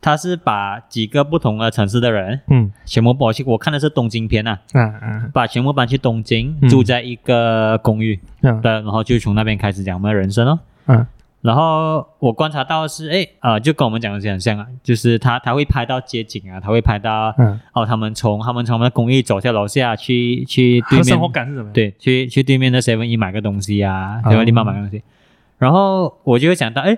[SPEAKER 2] 他是把几个不同的城市的人
[SPEAKER 1] 嗯
[SPEAKER 2] 全部我去我看的是东京片啊，
[SPEAKER 1] 啊啊
[SPEAKER 2] 把全部搬去东京，
[SPEAKER 1] 嗯
[SPEAKER 2] 住在一个公寓，
[SPEAKER 1] 啊
[SPEAKER 2] 对，然后就从那边开始讲我们的人生哦。
[SPEAKER 1] 啊
[SPEAKER 2] 然后我观察到是，哎，呃，就跟我们讲的很像啊，就是他他会拍到街景啊，他会拍到
[SPEAKER 1] 啊，
[SPEAKER 2] 哦，他们从他们从他们的公寓走下楼下去去
[SPEAKER 1] 他
[SPEAKER 2] 对
[SPEAKER 1] 的
[SPEAKER 2] 面
[SPEAKER 1] 生活感是什么？，
[SPEAKER 2] 对，去去对面的 seven 一买个东西啊，
[SPEAKER 1] 哦
[SPEAKER 2] 然后立马买个东西。然后我就会想到，哎，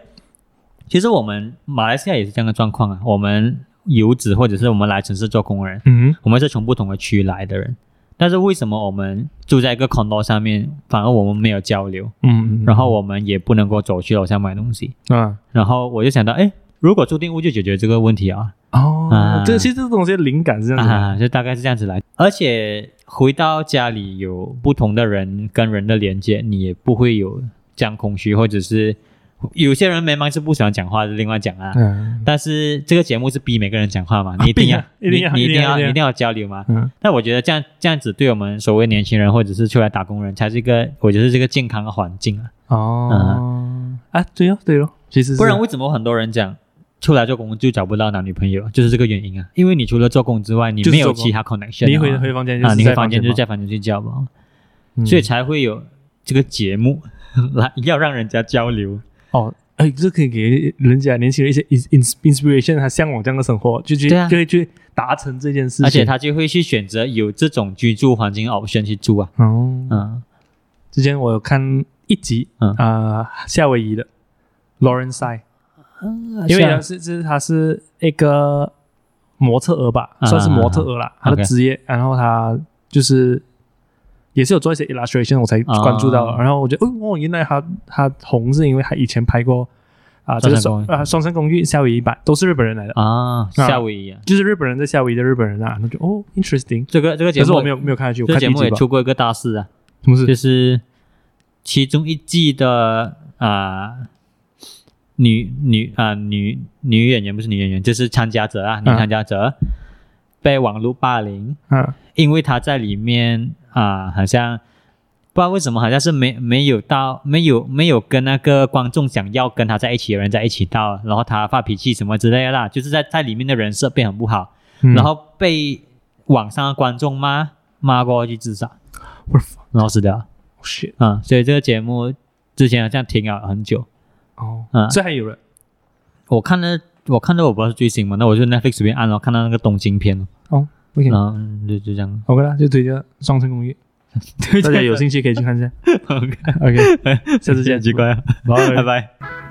[SPEAKER 2] 其实我们马来西亚也是这样的状况啊，我们游子或者是我们来城市做工人，
[SPEAKER 1] 嗯
[SPEAKER 2] 我们是从不同的区来的人，但是为什么我们住在一个 condo 上面，反而我们没有交流，
[SPEAKER 1] 嗯，嗯
[SPEAKER 2] 然后我们也不能够走去楼下买东西？
[SPEAKER 1] 啊
[SPEAKER 2] 然后我就想到，哎，如果租定屋就解决这个问题啊，
[SPEAKER 1] 哦
[SPEAKER 2] 啊，
[SPEAKER 1] 这其实这东西的灵感是这样子的，
[SPEAKER 2] 啊，就大概是这样子来。而且回到家里有不同的人跟人的连接，你也不会有这样空虚，或者是有些人没忙是不喜欢讲话，另外讲啊。
[SPEAKER 1] 嗯
[SPEAKER 2] 但是这个节目是逼每个人讲话嘛，你一定
[SPEAKER 1] 逼
[SPEAKER 2] 要，
[SPEAKER 1] 啊 一定要
[SPEAKER 2] 你你
[SPEAKER 1] 一定要
[SPEAKER 2] 要，
[SPEAKER 1] 一定要
[SPEAKER 2] 你一定要交流嘛。
[SPEAKER 1] 嗯
[SPEAKER 2] 但我觉得这样这样子对我们所谓年轻人或者是出来打工人，才是一个我觉得是一个健康的环境啊。
[SPEAKER 1] 哦啊，对哦对哦，其实是
[SPEAKER 2] 不然为什么很多人讲出来做工就找不到男女朋友，就是这个原因啊？因为你除了做工之外，你
[SPEAKER 1] 就是
[SPEAKER 2] 没有
[SPEAKER 1] 做工
[SPEAKER 2] 其他 connection，
[SPEAKER 1] 你
[SPEAKER 2] 啊
[SPEAKER 1] 回回房间就
[SPEAKER 2] 啊，
[SPEAKER 1] 是
[SPEAKER 2] 你
[SPEAKER 1] 在
[SPEAKER 2] 的房间就
[SPEAKER 1] 嘛
[SPEAKER 2] 是在房间睡觉吧，
[SPEAKER 1] 嗯
[SPEAKER 2] 所以才会有这个节目 来要让人家交流。
[SPEAKER 1] 哦，哎，这可以给人家年轻人一些 ins ins- inspiration，他向往这样的生活，就去
[SPEAKER 2] 对啊
[SPEAKER 1] 就会去达成这件事情。
[SPEAKER 2] 而且他就会去选择有这种居住环境 option 去住啊，
[SPEAKER 1] 哦，
[SPEAKER 2] 嗯，
[SPEAKER 1] 之前我有看一集，
[SPEAKER 2] 嗯
[SPEAKER 1] 啊，夏威夷的 Lauren Sai，因为他是是他是一个模特儿吧，
[SPEAKER 2] 啊
[SPEAKER 1] 算是模特儿啦，他的
[SPEAKER 2] OK
[SPEAKER 1] 职业，然后他就是。也是有做一些 illustration，我才关注到。
[SPEAKER 2] 啊
[SPEAKER 1] 然后我觉得，哦，哦原来他他红是因为他以前拍过啊、这个双
[SPEAKER 2] 双城公寓
[SPEAKER 1] 啊、双城公寓夏威夷版都是日本人来的，
[SPEAKER 2] 啊，夏威夷啊，
[SPEAKER 1] 就是日本人在夏威夷的日本人啊，那就哦，interesting。
[SPEAKER 2] 这个这个节
[SPEAKER 1] 可是
[SPEAKER 2] 目
[SPEAKER 1] 我没有没有看下去，我
[SPEAKER 2] 这
[SPEAKER 1] 看第
[SPEAKER 2] 个
[SPEAKER 1] 一
[SPEAKER 2] 节目
[SPEAKER 1] 集
[SPEAKER 2] 也
[SPEAKER 1] 吧。
[SPEAKER 2] 出过一个大事啊，
[SPEAKER 1] 什么事
[SPEAKER 2] 就？是其中一季的啊。女女啊、女女演员不是女演员，就是参加者啊，女
[SPEAKER 1] 嗯
[SPEAKER 2] 参加者、被网络霸凌，
[SPEAKER 1] 嗯
[SPEAKER 2] 因为他在里面啊、好像不知道为什么，好像是没没有到没有没有跟那个观众想要跟他在一起的人在一起到，然后他发脾气什么之类的啦，就是在在里面的人设变很不好，
[SPEAKER 1] 嗯，
[SPEAKER 2] 然后被网上的观众骂骂过去自杀，
[SPEAKER 1] 我的
[SPEAKER 2] 然后死掉了
[SPEAKER 1] 哦 shit
[SPEAKER 2] 啊、所以这个节目之前好像停了很久，
[SPEAKER 1] 哦
[SPEAKER 2] 嗯，
[SPEAKER 1] 这还有人
[SPEAKER 2] 我看了我看到我不知道是最新嘛，那我就 Netflix 随便按了，看到那个东京片了，
[SPEAKER 1] 哦，OK，
[SPEAKER 2] 然后就就这样，
[SPEAKER 1] 我跟他就推荐《双城 公寓》，大家有兴趣可以去看一下。
[SPEAKER 2] OK，
[SPEAKER 1] OK，下次见，
[SPEAKER 2] 奇怪啊，
[SPEAKER 1] 拜拜。
[SPEAKER 2] 拜拜。